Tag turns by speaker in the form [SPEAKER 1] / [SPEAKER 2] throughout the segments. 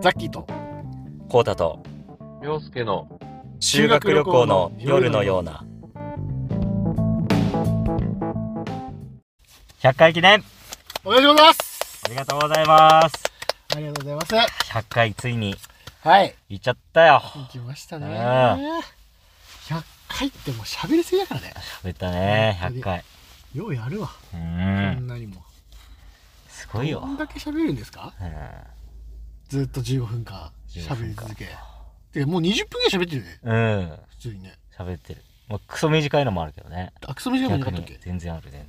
[SPEAKER 1] ザッキーと
[SPEAKER 2] コータと
[SPEAKER 3] 洋介の
[SPEAKER 2] 修学旅行の夜のような100回記念
[SPEAKER 1] お願いします
[SPEAKER 2] ありがとうございます
[SPEAKER 1] ありがとうございます
[SPEAKER 2] 100回ついに
[SPEAKER 1] はい
[SPEAKER 2] 行っちゃったよ
[SPEAKER 1] 行きましたね
[SPEAKER 2] あ
[SPEAKER 1] 100回ってもう喋りすぎだからね
[SPEAKER 2] 喋ったね100回
[SPEAKER 1] ようやるわ
[SPEAKER 2] う
[SPEAKER 1] こ
[SPEAKER 2] ん
[SPEAKER 1] んなにも
[SPEAKER 2] すごいよ
[SPEAKER 1] どんだけ喋るんですか
[SPEAKER 2] う
[SPEAKER 1] ずっと15分間
[SPEAKER 2] 15
[SPEAKER 1] 喋り
[SPEAKER 2] 分間
[SPEAKER 1] 続けてもう20分ぐらい喋ってるね
[SPEAKER 2] んうん
[SPEAKER 1] 普通にね
[SPEAKER 2] 喋ってるまあクソ短いのもあるけどね
[SPEAKER 1] あクソ短くなかった
[SPEAKER 2] 逆
[SPEAKER 1] っ
[SPEAKER 2] に
[SPEAKER 1] けよ
[SPEAKER 2] 全然ある全然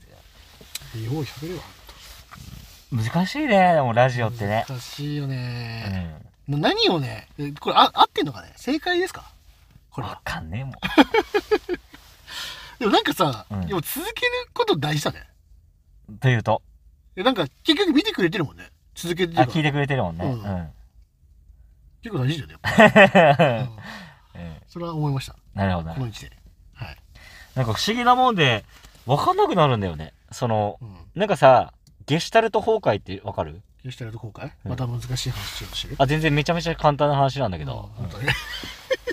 [SPEAKER 1] う喋るわ
[SPEAKER 2] ある難しいねでもラジオってね
[SPEAKER 1] 難しいよ
[SPEAKER 2] う
[SPEAKER 1] ね
[SPEAKER 2] ん
[SPEAKER 1] もう何をねえこれあ合ってんのかね正解ですかこれ
[SPEAKER 2] わ
[SPEAKER 1] は
[SPEAKER 2] かんねえもん
[SPEAKER 1] でもなんかさ
[SPEAKER 2] うん
[SPEAKER 1] でも続けること大事だね
[SPEAKER 2] というと
[SPEAKER 1] でなんか結局見てくれてるもんね続けて
[SPEAKER 2] あ
[SPEAKER 1] るか
[SPEAKER 2] 聞い
[SPEAKER 1] ら
[SPEAKER 2] てくれてるもんね
[SPEAKER 1] う
[SPEAKER 2] うんんうん
[SPEAKER 1] 結構大事だよねやっぱうんそれは思いました
[SPEAKER 2] なるほどな
[SPEAKER 1] この一年はい、
[SPEAKER 2] なんか不思議なもんで分かんなくなるんだよねその
[SPEAKER 1] うん、
[SPEAKER 2] なんかさゲシュタルト崩壊ってわかる
[SPEAKER 1] 吉田と後悔、
[SPEAKER 2] うん
[SPEAKER 1] また難しい話しようとしてる
[SPEAKER 2] あ全然めちゃめちゃ簡単な話なんだけ
[SPEAKER 1] け
[SPEAKER 2] ど、
[SPEAKER 1] 本当ね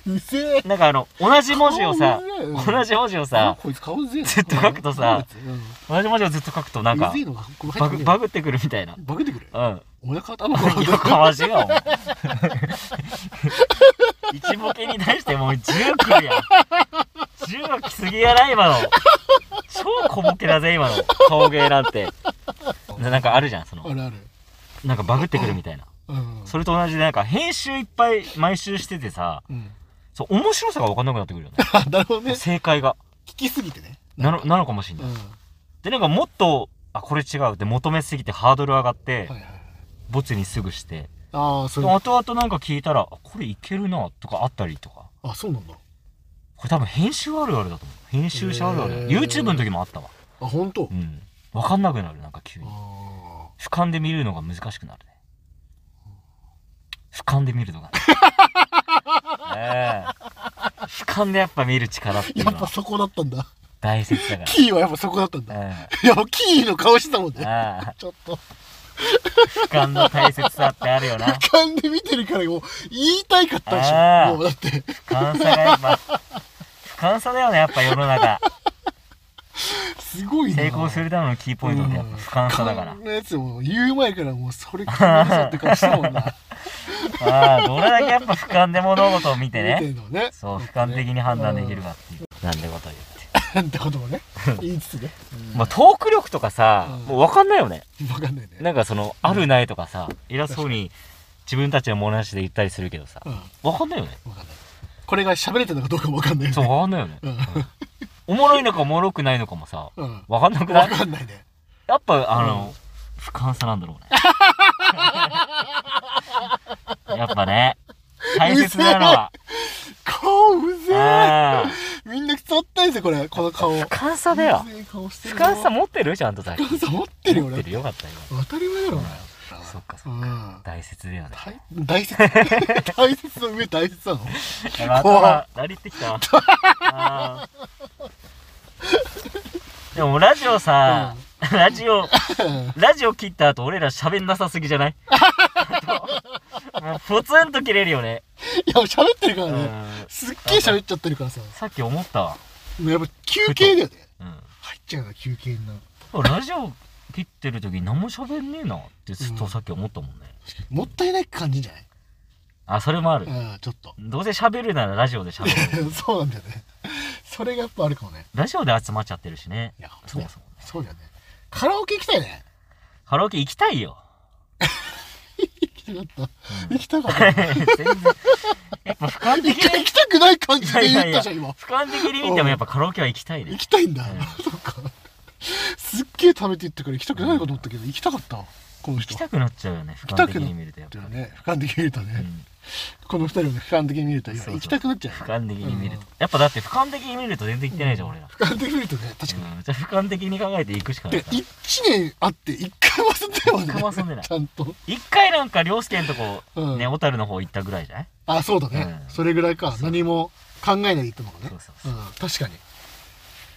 [SPEAKER 1] うせえ
[SPEAKER 2] うんなんかあの同じ文字をさ同
[SPEAKER 1] じ
[SPEAKER 2] じ文字をさ
[SPEAKER 1] こいつ顔うぜえな
[SPEAKER 2] ずっと書くとさ
[SPEAKER 1] う
[SPEAKER 2] 同じ文字をずっと書くとなんん
[SPEAKER 1] う
[SPEAKER 2] か
[SPEAKER 1] ぜえのがここ入っ
[SPEAKER 2] バ
[SPEAKER 1] て
[SPEAKER 2] グ
[SPEAKER 1] くる
[SPEAKER 2] バグってくるみたいな
[SPEAKER 1] バグってくる
[SPEAKER 2] うん
[SPEAKER 1] 俺の頭
[SPEAKER 2] いやかましいわお前一ボケに対してもう10来るやん10は来すぎやな今の超小ボケだぜ今の陶芸なんてななんかあるじゃんその
[SPEAKER 1] あるある
[SPEAKER 2] なんかバグってくるみたいな
[SPEAKER 1] うん
[SPEAKER 2] それと同じでなんか編集いっぱい毎週しててさ
[SPEAKER 1] うん
[SPEAKER 2] そう面白さが分かんなくなってくるよね
[SPEAKER 1] あなるほどね
[SPEAKER 2] 正解が
[SPEAKER 1] 聞きすぎてね
[SPEAKER 2] な
[SPEAKER 1] る
[SPEAKER 2] のなのかもしん
[SPEAKER 1] う
[SPEAKER 2] ない、
[SPEAKER 1] んは
[SPEAKER 2] でなんかもっとあこれ違うって求めすぎてハードル上がって、
[SPEAKER 1] いはいはい
[SPEAKER 2] ボツにすぐして
[SPEAKER 1] ああそ
[SPEAKER 2] で
[SPEAKER 1] れ
[SPEAKER 2] も後々なんか聞いたらあこれいけるなとかあったりとか
[SPEAKER 1] あそうなんだ
[SPEAKER 2] これ多分編集あるあるだと思う編集者あるある、
[SPEAKER 1] へー
[SPEAKER 2] YouTube の時もあったわ
[SPEAKER 1] あ本当
[SPEAKER 2] うん分かんなくなるなんか急に
[SPEAKER 1] あ
[SPEAKER 2] 俯瞰で見るのが難しくなるね俯瞰で見 るのがねえ俯瞰でやっぱ見る力ってい
[SPEAKER 1] ーや
[SPEAKER 2] うの
[SPEAKER 1] っぱ
[SPEAKER 2] は
[SPEAKER 1] そこだったんだ
[SPEAKER 2] 大切だか
[SPEAKER 1] キーはやっぱそこだったんだ
[SPEAKER 2] ら、うん、
[SPEAKER 1] いやもうキーの顔してたもんね
[SPEAKER 2] ああ
[SPEAKER 1] ちょっと
[SPEAKER 2] 俯瞰の大切さってあるよな俯
[SPEAKER 1] 俯瞰で見てるからもう言いたいかったでし
[SPEAKER 2] あ
[SPEAKER 1] ょ
[SPEAKER 2] ー
[SPEAKER 1] もうだって
[SPEAKER 2] 瞰さがやっぱ俯瞰さだよねやっぱ世の中
[SPEAKER 1] すごいな
[SPEAKER 2] 成功するためのキーポイントってやっぱ俯瞰さだから
[SPEAKER 1] こんなやつも言う前からもうそ れ気になるぞって顔してたもんな
[SPEAKER 2] ああどれだけやっぱ俯瞰で物事を見て
[SPEAKER 1] 見
[SPEAKER 2] ね
[SPEAKER 1] てんのね
[SPEAKER 2] そう俯瞰的に判断できるかっていうなんてことを言って
[SPEAKER 1] なんてこともね 言いつつね
[SPEAKER 2] まあトーク力とかさ
[SPEAKER 1] うん
[SPEAKER 2] もう分かんないよね
[SPEAKER 1] 分かんないね
[SPEAKER 2] なんかそのあるないとかさ偉そうに自分たちのものなしで言ったりするけどさ
[SPEAKER 1] うん
[SPEAKER 2] 分かんないよね
[SPEAKER 1] 分かんないこれが喋れてるのかどうかも分かんないよ
[SPEAKER 2] そう
[SPEAKER 1] ね
[SPEAKER 2] 分かんないよね
[SPEAKER 1] うん
[SPEAKER 2] おもろいのかおもろくないのかもさ
[SPEAKER 1] うん
[SPEAKER 2] 分かんなくない
[SPEAKER 1] 分かんないね
[SPEAKER 2] やっぱあの、俯瞰さなんだろうね。やっぱね、大切なのは、
[SPEAKER 1] 顔うぜえ
[SPEAKER 2] あ
[SPEAKER 1] みんな伝わったんですよこれこの顔
[SPEAKER 2] ー俯瞰さだよ
[SPEAKER 1] う。ぜえ顔して
[SPEAKER 2] 俯
[SPEAKER 1] る
[SPEAKER 2] 瞰さ
[SPEAKER 1] も
[SPEAKER 2] 持ってるちゃんとさっき。
[SPEAKER 1] 俯瞰さ持ってるよ
[SPEAKER 2] 持
[SPEAKER 1] ね
[SPEAKER 2] ってるよかったよ。
[SPEAKER 1] 当たり前だろうな
[SPEAKER 2] そっかそっか。
[SPEAKER 1] うん
[SPEAKER 2] 大切だよね。
[SPEAKER 1] 大大切 大切の上大切なの
[SPEAKER 2] やばい
[SPEAKER 1] 怖
[SPEAKER 2] 頭、なりってきたわ。あーでもラジオさ、ラジオ、ラジオ切った後俺ら喋んなさすぎじゃない もうポツンと切れるよね。
[SPEAKER 1] いやもう喋ってるから
[SPEAKER 2] う
[SPEAKER 1] ね
[SPEAKER 2] ん
[SPEAKER 1] すっげえ喋っちゃってるからさ
[SPEAKER 2] さっき思ったわ。
[SPEAKER 1] もうやっぱ休憩だよね
[SPEAKER 2] うん
[SPEAKER 1] 入っちゃうな休憩にな
[SPEAKER 2] ラジオ切ってる時に何も喋んねえなってずっとさっき思ったもんね、
[SPEAKER 1] もったいない感じじゃない
[SPEAKER 2] あそれもある、
[SPEAKER 1] うんちょっと
[SPEAKER 2] どうせ喋るならラジオで喋る
[SPEAKER 1] そうなんだよねそれがやっぱあるかもね
[SPEAKER 2] ラジオで集まっちゃってるしね
[SPEAKER 1] いやほんと
[SPEAKER 2] そ
[SPEAKER 1] だ
[SPEAKER 2] も
[SPEAKER 1] よ
[SPEAKER 2] そも
[SPEAKER 1] そうだよねカラオケ行きたいね
[SPEAKER 2] カラオケ行きたいよ、
[SPEAKER 1] 行きたかった
[SPEAKER 2] う ん
[SPEAKER 1] 行きたかった
[SPEAKER 2] 全然やっぱ俯瞰
[SPEAKER 1] 行
[SPEAKER 2] 的
[SPEAKER 1] き行
[SPEAKER 2] に
[SPEAKER 1] きたくない感じで言
[SPEAKER 2] いやいや
[SPEAKER 1] った
[SPEAKER 2] いや
[SPEAKER 1] じゃん今
[SPEAKER 2] 俯瞰的に見てもやっぱカラオケは行きたいね
[SPEAKER 1] 行きたいんだ
[SPEAKER 2] うん
[SPEAKER 1] そっかすっげえ貯めて言ったから行きたくないのかと思ったけど行きたかったわこの
[SPEAKER 2] 行
[SPEAKER 1] 人
[SPEAKER 2] き
[SPEAKER 1] だ
[SPEAKER 2] たくなっちゃうよね俯瞰的に見るとやっぱ
[SPEAKER 1] よ
[SPEAKER 2] り、
[SPEAKER 1] ね俯瞰的に見ると
[SPEAKER 2] う
[SPEAKER 1] ね
[SPEAKER 2] ん
[SPEAKER 1] この二人をね俯瞰的に見るといや
[SPEAKER 2] そうそう
[SPEAKER 1] 行きたくなっちゃう
[SPEAKER 2] 俯
[SPEAKER 1] よね
[SPEAKER 2] 瞰的に見ると、
[SPEAKER 1] うん
[SPEAKER 2] やっぱだって俯瞰的に見ると全然行ってないじゃん、俺ら、
[SPEAKER 1] 俯瞰的に見るとね確かに
[SPEAKER 2] うんじゃあ俯瞰的に考えて行くしかない
[SPEAKER 1] で
[SPEAKER 2] から
[SPEAKER 1] 1年あって1回も遊んでもね
[SPEAKER 2] 一回も遊んでない
[SPEAKER 1] ちゃんと
[SPEAKER 2] 一回なんか涼介のとこ、
[SPEAKER 1] うん
[SPEAKER 2] ね小樽の方行ったぐらいじゃない
[SPEAKER 1] あそうだね、
[SPEAKER 2] うん
[SPEAKER 1] それぐらいか
[SPEAKER 2] そう
[SPEAKER 1] 何も考えないで行ったのがね
[SPEAKER 2] そうそう
[SPEAKER 1] う
[SPEAKER 2] そうん
[SPEAKER 1] 確かに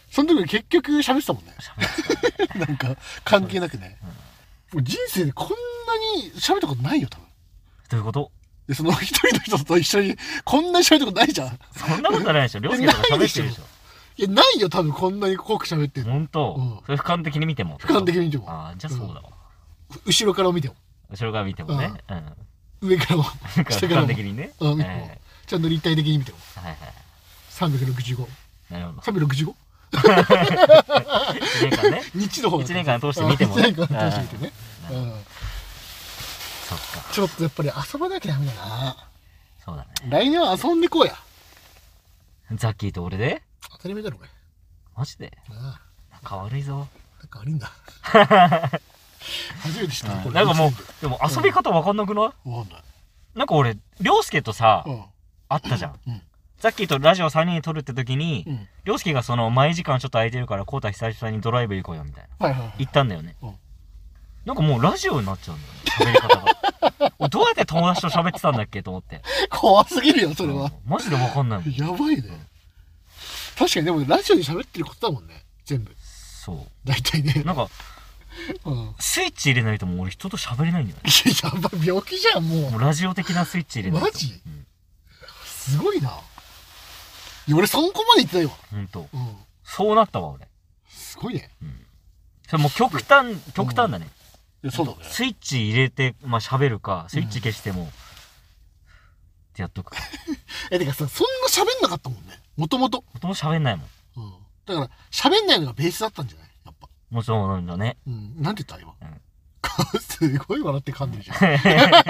[SPEAKER 1] その時結局喋ってたもんね
[SPEAKER 2] 喋っ て
[SPEAKER 1] なんか関係なくね、もう人生でこんなに喋ったことないよ多分
[SPEAKER 2] どういうこと
[SPEAKER 1] でその一人の人と一緒にこんなに喋ることないじゃんい
[SPEAKER 2] そんなことないでしょ涼介とか喋ってるでしょ
[SPEAKER 1] やないよ多分こんなに濃く喋ってるの
[SPEAKER 2] 本当、
[SPEAKER 1] うん
[SPEAKER 2] それ俯瞰的に見ても
[SPEAKER 1] 俯瞰的に見ても
[SPEAKER 2] ああじゃあそうだわ、
[SPEAKER 1] 後ろから見ても
[SPEAKER 2] 後ろから見てもねうん、
[SPEAKER 1] 上からも
[SPEAKER 2] 俯
[SPEAKER 1] 下から
[SPEAKER 2] 瞰
[SPEAKER 1] も
[SPEAKER 2] 的にね、
[SPEAKER 1] うん見
[SPEAKER 2] え
[SPEAKER 1] てもちゃんと立体的に見ても
[SPEAKER 2] えはいはい
[SPEAKER 1] 365
[SPEAKER 2] なる ほど
[SPEAKER 1] 365?
[SPEAKER 2] 1年間ね
[SPEAKER 1] 日の方
[SPEAKER 2] 一年間通して見てもね
[SPEAKER 1] ね1年間通して見てね
[SPEAKER 2] うん
[SPEAKER 1] うん
[SPEAKER 2] そっか
[SPEAKER 1] ちょっとやっぱり遊ばなきゃダメだな
[SPEAKER 2] そうだね
[SPEAKER 1] 来年は遊んでこうや
[SPEAKER 2] ザッキーと俺で
[SPEAKER 1] 当たり前だろこれ
[SPEAKER 2] マジで
[SPEAKER 1] なあ
[SPEAKER 2] 仲悪いぞ
[SPEAKER 1] なんか悪いんだ 初めて知ったこれ
[SPEAKER 2] なんかもうでも遊び方わかんなくない、
[SPEAKER 1] わかんない
[SPEAKER 2] なんか俺涼介とさ、
[SPEAKER 1] うん
[SPEAKER 2] 会ったじゃん
[SPEAKER 1] うん
[SPEAKER 2] ザッキーとラジオ3人で撮るって時に
[SPEAKER 1] うん
[SPEAKER 2] 涼介、がその毎時間ちょっと空いてるからコウタ久々にドライブ行こうよみたいな
[SPEAKER 1] はいはいはい
[SPEAKER 2] 行ったんだよね、
[SPEAKER 1] うん
[SPEAKER 2] なんかもうラジオになっちゃうんだよね喋り方 が俺どうやって友達と喋ってたんだっけと思って
[SPEAKER 1] 怖すぎるよそれは
[SPEAKER 2] うんマジでわかんないもん
[SPEAKER 1] やばいね。確かにでもラジオで喋ってることだもんね。全部。
[SPEAKER 2] そ
[SPEAKER 1] 大体
[SPEAKER 2] う
[SPEAKER 1] ね。
[SPEAKER 2] なんか
[SPEAKER 1] うん。いや、
[SPEAKER 2] スイッチ入れないともう俺人と喋れないんだよね
[SPEAKER 1] やばい。病気じゃん、も
[SPEAKER 2] もうラジオ的なスイッチ入れないと
[SPEAKER 1] マジ
[SPEAKER 2] うん
[SPEAKER 1] う。すごいな。いや、俺そこまで言ってないわ。
[SPEAKER 2] ほんと
[SPEAKER 1] うん。
[SPEAKER 2] そうなったわ俺
[SPEAKER 1] すごいね。
[SPEAKER 2] それもう極端極端だね
[SPEAKER 1] いや、そうだね。
[SPEAKER 2] スイッチ入れてまあ喋るかスイッチ消しても、ってやっとくか
[SPEAKER 1] え、てかさ、そんな喋んなかったもんね。もともと。
[SPEAKER 2] とても喋んないもん
[SPEAKER 1] うん。だから、喋んないのがベースだったんじゃないやっぱ。
[SPEAKER 2] もちろんなんだね
[SPEAKER 1] うん。なんて言った今。
[SPEAKER 2] うん
[SPEAKER 1] すごい笑って噛んでるじゃん。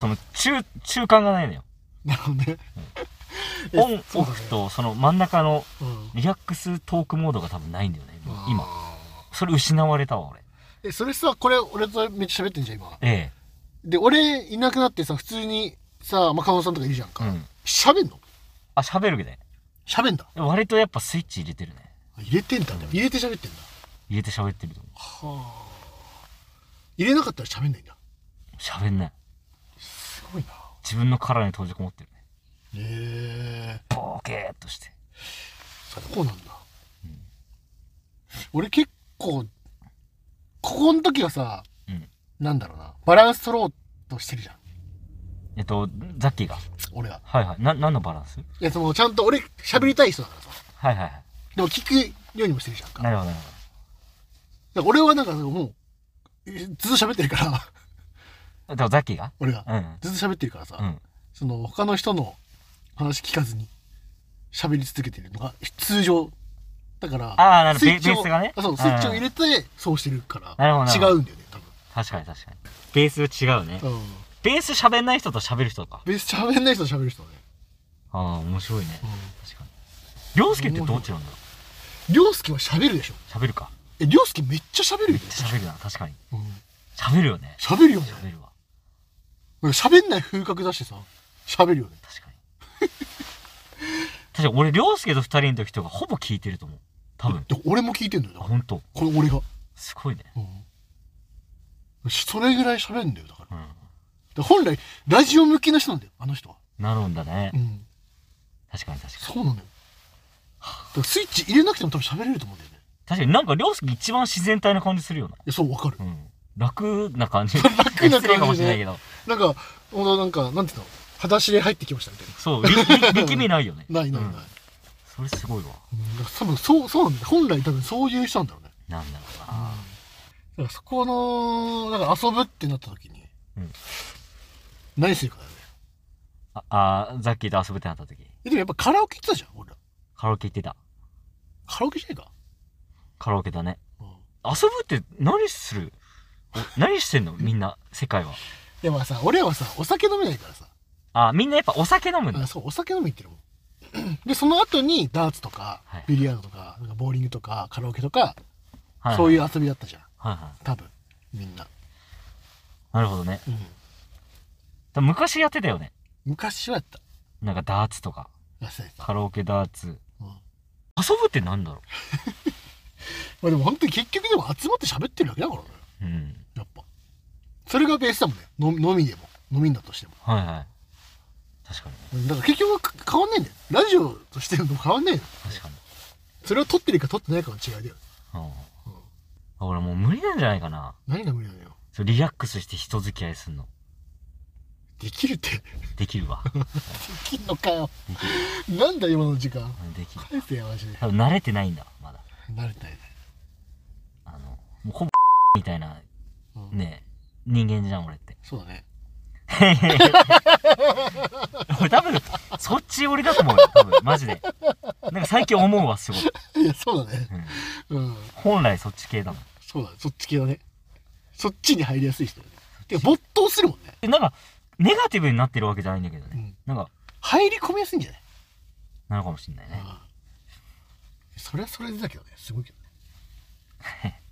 [SPEAKER 2] その中中間がないのよ
[SPEAKER 1] なるほどね。え
[SPEAKER 2] オン
[SPEAKER 1] そ
[SPEAKER 2] オ
[SPEAKER 1] うだね
[SPEAKER 2] フとその真ん中の
[SPEAKER 1] うん。
[SPEAKER 2] リラックストークモードが多分ないんだよねもう今
[SPEAKER 1] あ
[SPEAKER 2] それ失われたわ俺
[SPEAKER 1] ー。え、それさ、これ俺とめっちゃ喋ってんじゃん、今。
[SPEAKER 2] え
[SPEAKER 1] で俺いなくなってさ普通にさまあ、カさんとかいるじゃん
[SPEAKER 2] えう
[SPEAKER 1] か
[SPEAKER 2] ん
[SPEAKER 1] 喋、んの
[SPEAKER 2] あ喋るけどね
[SPEAKER 1] 喋んだ
[SPEAKER 2] 割とやっぱスイッチ入れてるね
[SPEAKER 1] 入れてんだ、入れて喋ってんだ
[SPEAKER 2] 入れて喋ってると思
[SPEAKER 1] はあ入れなかったら喋んないんだ
[SPEAKER 2] う喋んない
[SPEAKER 1] すごいな
[SPEAKER 2] 自分の殻に閉じこもってるね
[SPEAKER 1] へえ
[SPEAKER 2] ボーケーっとして
[SPEAKER 1] そうなんだ、俺結構ここの時はさ
[SPEAKER 2] うん
[SPEAKER 1] なんだろうなバランス取ろうとしてるじゃん
[SPEAKER 2] えっとザッキーが
[SPEAKER 1] 俺は
[SPEAKER 2] はいはいな何のバランス
[SPEAKER 1] いやそのちゃんと俺喋りたい人だからさ
[SPEAKER 2] はいはいは
[SPEAKER 1] でも聞くようにもしてるじゃんか
[SPEAKER 2] いなるほどなるほ
[SPEAKER 1] だから俺はなんかもうずっと喋ってるから
[SPEAKER 2] どでもザッキーが
[SPEAKER 1] 俺が
[SPEAKER 2] うん
[SPEAKER 1] ずっと喋ってるからさ、
[SPEAKER 2] うん
[SPEAKER 1] その他の人の話聞かずに喋り続けてるのが通常だから
[SPEAKER 2] あーなるほ
[SPEAKER 1] ス
[SPEAKER 2] ど
[SPEAKER 1] イッチを
[SPEAKER 2] ベースがね
[SPEAKER 1] あそう
[SPEAKER 2] うん
[SPEAKER 1] スイッチを入れてそうしてるから
[SPEAKER 2] なるほどなるほど
[SPEAKER 1] 違うんだよね多
[SPEAKER 2] 確かに確かにベース違うね
[SPEAKER 1] 分、うん、
[SPEAKER 2] ベース喋んない人と喋る人か
[SPEAKER 1] ベース喋んない人と喋る人だね
[SPEAKER 2] ああ面白いね確かに涼介ってどっちなんだろ
[SPEAKER 1] 涼介は喋るでしょ
[SPEAKER 2] う喋るか
[SPEAKER 1] え涼介めっちゃ喋る
[SPEAKER 2] め
[SPEAKER 1] よ
[SPEAKER 2] っ
[SPEAKER 1] ね
[SPEAKER 2] ちゃ喋るな確かに
[SPEAKER 1] うん
[SPEAKER 2] 喋るよね
[SPEAKER 1] 喋るよね
[SPEAKER 2] 喋るわ
[SPEAKER 1] なんか喋んない風格出してさ喋るよね
[SPEAKER 2] 確かに確かに俺涼介と二人の時とかほぼ聞いてると思う多分
[SPEAKER 1] で俺も聞いてんのよだ
[SPEAKER 2] あ
[SPEAKER 1] から
[SPEAKER 2] 本当
[SPEAKER 1] これ俺が、
[SPEAKER 2] すごいね
[SPEAKER 1] うん、それぐらい喋んだよだから
[SPEAKER 2] うん
[SPEAKER 1] で本来ラジオ向きの人なんだよあの人は、
[SPEAKER 2] なるんだね
[SPEAKER 1] うん、
[SPEAKER 2] 確かに確かに
[SPEAKER 1] そうなのよ。だからスイッチ入れなくても多分喋れると思うんだよね。
[SPEAKER 2] 確かになんか涼介一番自然体な感じするよない
[SPEAKER 1] や、そう、わかる。
[SPEAKER 2] うん楽な感じ
[SPEAKER 1] 楽な感じね
[SPEAKER 2] 失礼かもしれないけど
[SPEAKER 1] なんか、ほんとなんか、なんていうの裸足で入ってきましたみたい
[SPEAKER 2] そう力力力みないよね
[SPEAKER 1] な。ないない
[SPEAKER 2] うん
[SPEAKER 1] ない。
[SPEAKER 2] それすごいわ
[SPEAKER 1] うん、だから多分そう、そうなんだよ。本来多分そういう人なんだろうね。
[SPEAKER 2] なんだろう
[SPEAKER 1] だ
[SPEAKER 2] な
[SPEAKER 1] からそこの、なんか遊ぶってなった時に、
[SPEAKER 2] うん
[SPEAKER 1] 何するかだよね。
[SPEAKER 2] ああーザッキーと遊ぶってなった時
[SPEAKER 1] えでもやっぱカラオケ行ってたじゃん、俺ら。
[SPEAKER 2] カラオケ行ってた
[SPEAKER 1] カラオケじゃないか。
[SPEAKER 2] カラオケだね
[SPEAKER 1] うん。い
[SPEAKER 2] 遊ぶって何するお何してんのみんな世界は
[SPEAKER 1] や、まあさ、俺らはさ、お酒飲めないからさ。
[SPEAKER 2] あみんなやっぱお酒飲むん
[SPEAKER 1] あ
[SPEAKER 2] だ
[SPEAKER 1] そう、お酒飲み行ってるもん。で、その後に、ダーツとか
[SPEAKER 2] はい、
[SPEAKER 1] ビリヤードとか、なんかボーリングとか、カラオケとか、
[SPEAKER 2] は
[SPEAKER 1] そう
[SPEAKER 2] いう
[SPEAKER 1] いう遊びだったじゃん。
[SPEAKER 2] はいは
[SPEAKER 1] 多分、みんな。
[SPEAKER 2] いなるほどね
[SPEAKER 1] うん
[SPEAKER 2] でも昔やってたよね
[SPEAKER 1] 昔はやった。
[SPEAKER 2] なんかダーツとか
[SPEAKER 1] やってたやつ。
[SPEAKER 2] カラオケダーツ
[SPEAKER 1] うんま
[SPEAKER 2] 遊ぶってなんだろ
[SPEAKER 1] あでも本当に結局でも集まって喋ってるだけだからね。
[SPEAKER 2] ううん
[SPEAKER 1] やっぱ。それがベースだもんね。の飲みでも。飲みんだとしても。
[SPEAKER 2] はいはい確かにね
[SPEAKER 1] うんだから結局か変わんないんだよ。ラジオとしての変わんないの。
[SPEAKER 2] 確かに
[SPEAKER 1] それを撮ってるか撮ってないかの違いだよ。
[SPEAKER 2] うんあ俺もう無理なんじゃないかな
[SPEAKER 1] 何が無理なのよ。
[SPEAKER 2] そうリラックスして人付き合いすんの
[SPEAKER 1] できるってで
[SPEAKER 2] できる わ
[SPEAKER 1] きんのかよなんだ今の時間
[SPEAKER 2] うんできる
[SPEAKER 1] 返せやマジで
[SPEAKER 2] 多分慣れてないんだまだ
[SPEAKER 1] 慣れたいね
[SPEAKER 2] あのもうほぼみたいな
[SPEAKER 1] うん
[SPEAKER 2] ね人間じゃん俺って
[SPEAKER 1] そうだね
[SPEAKER 2] 俺多分そっち寄りだと思うよ多分マジでなんか最近思うわすごい、
[SPEAKER 1] いやそうだね
[SPEAKER 2] うん、
[SPEAKER 1] うん
[SPEAKER 2] 本来そっち系だもん
[SPEAKER 1] そうだそっち系だねそっちに入りやすい人だねてか没頭するもんね
[SPEAKER 2] えなんかネガティブになってるわけじゃないんだけどね、なんか
[SPEAKER 1] 入り込みやすいんじゃない
[SPEAKER 2] なのかもしんないね、
[SPEAKER 1] それはそれでだけどねすごいけどね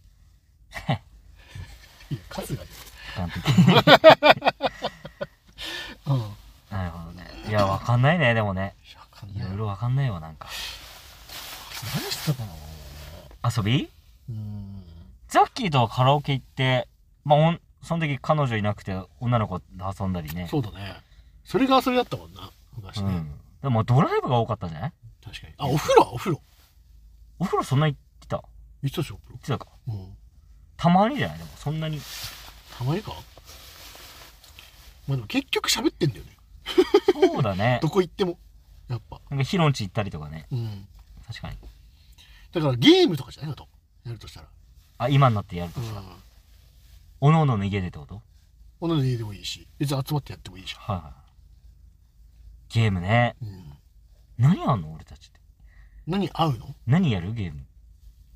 [SPEAKER 1] いや春日じ
[SPEAKER 2] 客観的
[SPEAKER 1] ゃ
[SPEAKER 2] に
[SPEAKER 1] んうん
[SPEAKER 2] なるほどねいやわかんないねでもね
[SPEAKER 1] いやわかん
[SPEAKER 2] い
[SPEAKER 1] ない
[SPEAKER 2] ろいろわかんないわなんか
[SPEAKER 1] 何してたかな
[SPEAKER 2] 遊び
[SPEAKER 1] うん
[SPEAKER 2] ザッキーとカラオケ行ってまあおんその時彼女いなくて女の子と遊んだりね
[SPEAKER 1] そうだねそれがそれだったもんな昔
[SPEAKER 2] う
[SPEAKER 1] ね、
[SPEAKER 2] んでもドライブが多かったんじゃない
[SPEAKER 1] 確かにあお風呂はお風呂
[SPEAKER 2] お風呂そんな行ってた行
[SPEAKER 1] いつでしょお風
[SPEAKER 2] ってたか
[SPEAKER 1] 呂うん
[SPEAKER 2] たまにじゃないでもそんなに
[SPEAKER 1] たまにかまあでも結局喋ってんだよね
[SPEAKER 2] そうだね
[SPEAKER 1] どこ行ってもやっぱ
[SPEAKER 2] なんかヒロンチ行ったりとかね
[SPEAKER 1] うん
[SPEAKER 2] 確かに
[SPEAKER 1] だからゲームとかじゃないのとやるとしたら
[SPEAKER 2] あ今になってやると
[SPEAKER 1] うん
[SPEAKER 2] おのおのの家でってこと
[SPEAKER 1] おのおの家でもいいし別に集まってやってもいいじ
[SPEAKER 2] はいはいゲームね
[SPEAKER 1] ゃん、うん、
[SPEAKER 2] 何あんの俺たちって
[SPEAKER 1] 何合うの
[SPEAKER 2] 何やるゲーム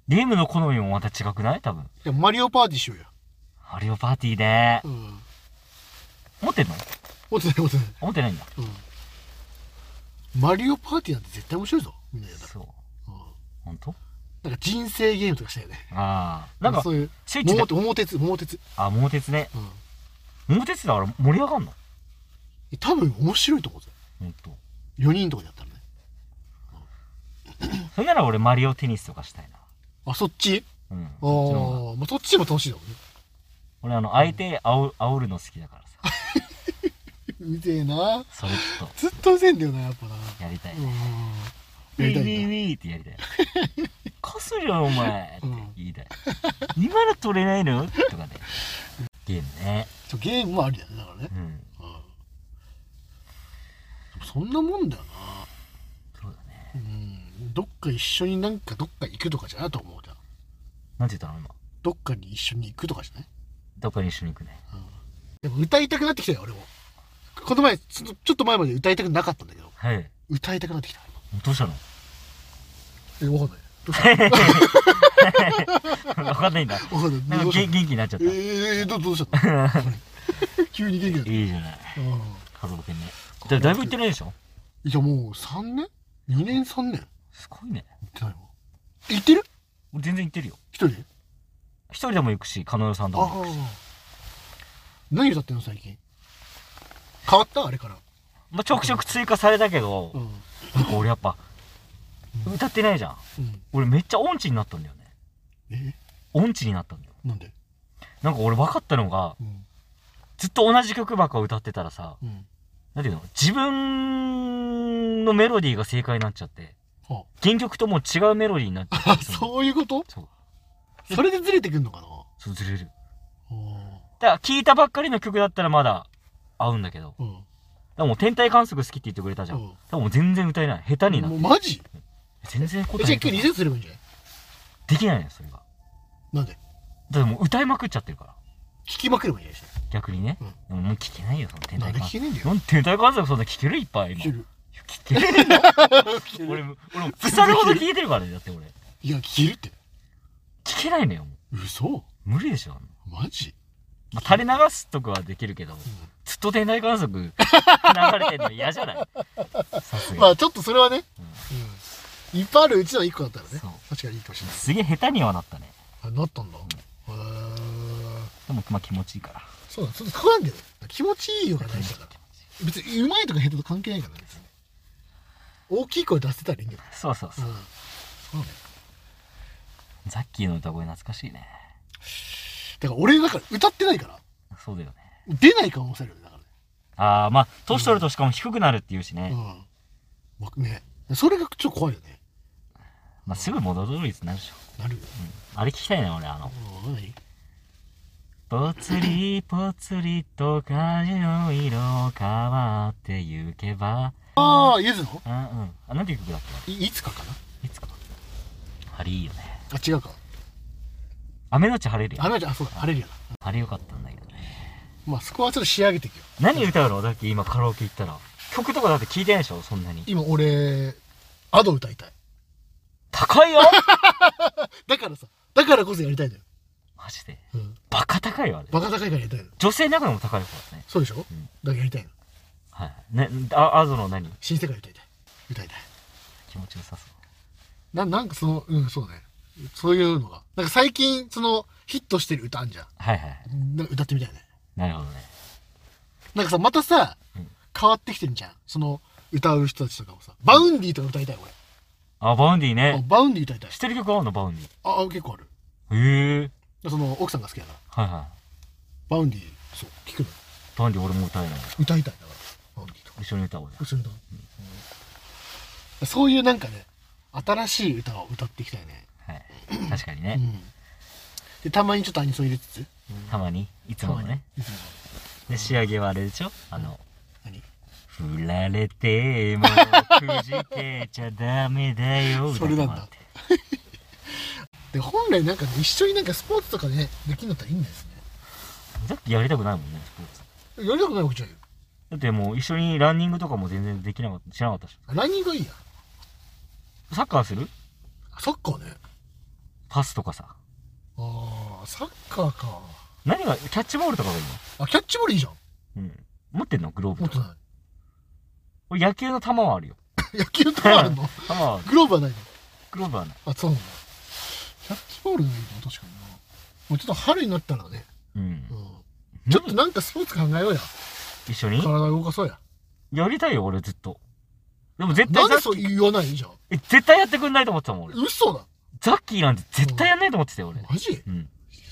[SPEAKER 2] ゲームの好みもまた違くない多分
[SPEAKER 1] いやマリオパーティーしようよ
[SPEAKER 2] マリオパーティーね
[SPEAKER 1] うん
[SPEAKER 2] 持ってんの
[SPEAKER 1] 持ってない持ってない
[SPEAKER 2] 持ってないんだ
[SPEAKER 1] うんマリオパーティーなんて絶対面白いぞみんなやったら、
[SPEAKER 2] そう
[SPEAKER 1] うん、
[SPEAKER 2] 本当
[SPEAKER 1] なんか人生ゲームとかしたよね
[SPEAKER 2] ああなんか
[SPEAKER 1] そういう
[SPEAKER 2] スイッチで
[SPEAKER 1] 桃鉄桃鉄桃鉄
[SPEAKER 2] あ桃鉄ね
[SPEAKER 1] うん
[SPEAKER 2] 桃鉄だから盛り上がんの
[SPEAKER 1] 多分面白いと思うぞ
[SPEAKER 2] ほんと
[SPEAKER 1] 4人とかでやったらね
[SPEAKER 2] それなら俺マリオテニスとかしたいな
[SPEAKER 1] あそっち
[SPEAKER 2] うん
[SPEAKER 1] あ
[SPEAKER 2] そっちの方が
[SPEAKER 1] ー、まあそっちでも楽しいだもんね
[SPEAKER 2] 俺あの相手あお煽るの好きだからさ
[SPEAKER 1] うぜえな
[SPEAKER 2] それちょっ
[SPEAKER 1] ずっとうぜえんだよなやっぱな
[SPEAKER 2] とやりたいウ
[SPEAKER 1] うん や
[SPEAKER 2] ィー
[SPEAKER 1] りた
[SPEAKER 2] ウィ
[SPEAKER 1] い
[SPEAKER 2] ーウ
[SPEAKER 1] な
[SPEAKER 2] ィーってや りたいかすりゃお前って
[SPEAKER 1] うん
[SPEAKER 2] 言いたい今の取れないのとかねゲームね
[SPEAKER 1] そうゲームもありだよねだからね
[SPEAKER 2] うん
[SPEAKER 1] うんでもそんなもんだよ
[SPEAKER 2] そうだね
[SPEAKER 1] なうんどっか一緒になんかどっか行くとかじゃないと思うじゃん
[SPEAKER 2] なんて言ったの今
[SPEAKER 1] どっかに一緒に行くとかじゃない
[SPEAKER 2] どっかに一緒に行くね
[SPEAKER 1] でも歌いたくなってきたよ俺もこの前そのちょっと前まで歌いたくなかったんだけど
[SPEAKER 2] はい
[SPEAKER 1] 歌いたくなってきた
[SPEAKER 2] どうしたの
[SPEAKER 1] えわかんないど うし
[SPEAKER 2] わかんないんだ
[SPEAKER 1] たわかんないど
[SPEAKER 2] なんか
[SPEAKER 1] うした
[SPEAKER 2] 元元気になっちゃっ
[SPEAKER 1] え
[SPEAKER 2] たい
[SPEAKER 1] ー、どどうした のこれ急に元気になった
[SPEAKER 2] いじゃない
[SPEAKER 1] うん
[SPEAKER 2] カラオケねだだいぶ行ってないでしょ
[SPEAKER 1] いやもう3年 ?2 年3年行っ
[SPEAKER 2] すごいね
[SPEAKER 1] てないわ行ってる
[SPEAKER 2] 俺全然行ってるよ
[SPEAKER 1] 一人で
[SPEAKER 2] 一人でも行くし加納さんと
[SPEAKER 1] あ
[SPEAKER 2] も行
[SPEAKER 1] あ
[SPEAKER 2] くし
[SPEAKER 1] 何歌ってんの最近変わったあれから
[SPEAKER 2] まあちょくちょく追加されたけど
[SPEAKER 1] うん、
[SPEAKER 2] なんか俺やっぱ歌ってないじゃん
[SPEAKER 1] うん、
[SPEAKER 2] 俺めっちゃ音痴になったんだよね
[SPEAKER 1] え
[SPEAKER 2] 音痴になったんだよ
[SPEAKER 1] なんで
[SPEAKER 2] なんか俺分かったのが
[SPEAKER 1] うん
[SPEAKER 2] ずっと同じ曲ばっか歌ってたらさ
[SPEAKER 1] うん
[SPEAKER 2] なんていうの自分のメロディーが正解になっちゃって
[SPEAKER 1] は
[SPEAKER 2] 原曲ともう違うメロディーになっちゃ
[SPEAKER 1] あ
[SPEAKER 2] っ て
[SPEAKER 1] そういうこと
[SPEAKER 2] そう
[SPEAKER 1] それでずれてくんのかな
[SPEAKER 2] そうずれる
[SPEAKER 1] あ
[SPEAKER 2] だから聴いたばっかりの曲だったらまだ合うんだけど
[SPEAKER 1] あ
[SPEAKER 2] だか
[SPEAKER 1] うん
[SPEAKER 2] らもう天体観測好きって言ってくれたじゃん
[SPEAKER 1] うん
[SPEAKER 2] だからもう全然歌えない下手になっ
[SPEAKER 1] も
[SPEAKER 2] て
[SPEAKER 1] うマジ
[SPEAKER 2] 全然答
[SPEAKER 1] えじゃ
[SPEAKER 2] え
[SPEAKER 1] あ今日
[SPEAKER 2] で
[SPEAKER 1] リセットすればいいんじゃない
[SPEAKER 2] きないのよそれが
[SPEAKER 1] なんで
[SPEAKER 2] だからもう歌いまくっちゃってるから
[SPEAKER 1] 聞きまくればいいんじゃない
[SPEAKER 2] 逆にね、
[SPEAKER 1] うん
[SPEAKER 2] でももう聴けないよその天
[SPEAKER 1] なんで
[SPEAKER 2] 体観
[SPEAKER 1] 聞け
[SPEAKER 2] 測
[SPEAKER 1] ねえんだよ
[SPEAKER 2] なん天体観測そんな聴けるいっぱい今
[SPEAKER 1] 聞ける
[SPEAKER 2] 聞ける
[SPEAKER 1] る
[SPEAKER 2] 俺も俺も腐るほど聞いてるからねだって俺
[SPEAKER 1] いや聞けるって
[SPEAKER 2] 聞けないのよも
[SPEAKER 1] 嘘
[SPEAKER 2] う無理でしょあんな
[SPEAKER 1] マジ
[SPEAKER 2] まあ、垂れ流すとこはできるけど、ずっと天体観測 流れてんの嫌じゃないさす
[SPEAKER 1] ま
[SPEAKER 2] がに
[SPEAKER 1] あちょっとそれはね、うんいっぱいあるうちの一個だったらね
[SPEAKER 2] そう
[SPEAKER 1] 確かにいいかもしれない
[SPEAKER 2] すげえ下手にはなったね
[SPEAKER 1] あなったんだ、へえ
[SPEAKER 2] でもまあ気持ちいいから
[SPEAKER 1] そうだそうだそこなんだよ気持ちいいよが大事だから別にうまいとか下手とか関係ないからね別に大きい声出せたらいいんだよ
[SPEAKER 2] そうそう
[SPEAKER 1] う
[SPEAKER 2] そ
[SPEAKER 1] ん
[SPEAKER 2] う、
[SPEAKER 1] そうね
[SPEAKER 2] ザッキーの歌声懐かしいね
[SPEAKER 1] だから俺だから歌ってないから
[SPEAKER 2] そうだよね
[SPEAKER 1] 出ない可能性あるよねだか
[SPEAKER 2] ああまあ年取るとしかも低くなるっていうしね、
[SPEAKER 1] らねうん、まあ、ねそれがちょっと怖いよね
[SPEAKER 2] まあ、すぐ戻る率になるでしょ、
[SPEAKER 1] なるよ、
[SPEAKER 2] うんあれ聞きたいね俺あの
[SPEAKER 1] うん、何
[SPEAKER 2] ぽつりぽつりと風の色変わってゆけば
[SPEAKER 1] ああゆずの
[SPEAKER 2] あうんあなんていう曲だっ
[SPEAKER 1] いいつかかな
[SPEAKER 2] けいつかあれいいよね
[SPEAKER 1] あ違うか
[SPEAKER 2] 雨のち晴れるや
[SPEAKER 1] あ
[SPEAKER 2] ん
[SPEAKER 1] のじゃあそうだ晴れるやな
[SPEAKER 2] あれよかったんだけどね
[SPEAKER 1] まあそこはちょっと仕上げていくよ
[SPEAKER 2] 何歌うのだって今カラオケ行ったら曲とかだって聞いてないでしょそんなに
[SPEAKER 1] 今俺アド歌いたい
[SPEAKER 2] 高いよ
[SPEAKER 1] だからさだからこそやりたいんだよ、
[SPEAKER 2] マジで
[SPEAKER 1] うん、
[SPEAKER 2] バカ高いよあれ
[SPEAKER 1] バカ高いからやりたいの
[SPEAKER 2] 女性の中でも高い方だね
[SPEAKER 1] そうでしょ、
[SPEAKER 2] ん
[SPEAKER 1] だからやりたいの
[SPEAKER 2] はいねあアゾの何
[SPEAKER 1] 新世界歌いたい歌いたい
[SPEAKER 2] 気持ちよさそう
[SPEAKER 1] ななんかそのうんそうねそういうのがなんか最近そのヒットしてる歌あんじゃん
[SPEAKER 2] はいはい
[SPEAKER 1] なんか歌ってみたいね
[SPEAKER 2] なるほどね
[SPEAKER 1] なんかさまたさ、
[SPEAKER 2] うん
[SPEAKER 1] 変わってきてんじゃんその歌う人たちとかもさバウンディとか歌いたい
[SPEAKER 2] あバウンディ
[SPEAKER 1] 俺あ
[SPEAKER 2] ね
[SPEAKER 1] バウンディ歌いたい
[SPEAKER 2] 知ってる曲あるのバウンディ
[SPEAKER 1] ああ結構ある
[SPEAKER 2] へえ
[SPEAKER 1] その奥さんが好きだから
[SPEAKER 2] はいはい
[SPEAKER 1] バウンディそう聞くの
[SPEAKER 2] バウンディ俺も歌えない
[SPEAKER 1] 歌いたいだからバウンディとか
[SPEAKER 2] 一緒に歌おうよ
[SPEAKER 1] そういうのそういうなんかね新しい歌を歌っていきたいね
[SPEAKER 2] はい確かに
[SPEAKER 1] う
[SPEAKER 2] ね
[SPEAKER 1] んでたまにちょっとアニソン入れつつ
[SPEAKER 2] たまにいつものね
[SPEAKER 1] いつもの
[SPEAKER 2] で仕上げはあれでしょあの
[SPEAKER 1] 何
[SPEAKER 2] 振られてもくじけちゃダメだ よ
[SPEAKER 1] それなんだ
[SPEAKER 2] 歌ってもらって
[SPEAKER 1] で本来なんかね一緒になんかスポーツとかねできるんだったらいいんです
[SPEAKER 2] だってやりたくないもんねスポーツ
[SPEAKER 1] ねやりたくないわけじゃんよ
[SPEAKER 2] だってもう一緒にランニングとかも全然できなかったしなかったし
[SPEAKER 1] ランニングはいいや
[SPEAKER 2] サッカーする
[SPEAKER 1] サッカーね
[SPEAKER 2] パスとかさ
[SPEAKER 1] ああサッカーか
[SPEAKER 2] 何がキャッチボールとかがいい
[SPEAKER 1] あキャッチボールいいじゃん
[SPEAKER 2] のうん持ってんのグロー
[SPEAKER 1] 持
[SPEAKER 2] ブ
[SPEAKER 1] って
[SPEAKER 2] とか
[SPEAKER 1] な
[SPEAKER 2] 俺野球の球はあるよ
[SPEAKER 1] い野球とかあるの
[SPEAKER 2] 球は
[SPEAKER 1] グローブはないの
[SPEAKER 2] グローブはない
[SPEAKER 1] あそうなんだキャッチボールがいいの確かになもうちょっと春になったらね、
[SPEAKER 2] うん
[SPEAKER 1] うん、ちょっとなんかスポーツ考えようや
[SPEAKER 2] 一緒に
[SPEAKER 1] 体動かそうや
[SPEAKER 2] やりたいよ俺ずっとでも絶
[SPEAKER 1] な
[SPEAKER 2] 対
[SPEAKER 1] んで
[SPEAKER 2] ザッ
[SPEAKER 1] そう言わないじゃん
[SPEAKER 2] え絶対やってくんないと思ってたもん俺
[SPEAKER 1] 嘘だ
[SPEAKER 2] ザッキーなんて絶対やんないと思ってたよ俺
[SPEAKER 1] マジ
[SPEAKER 2] うん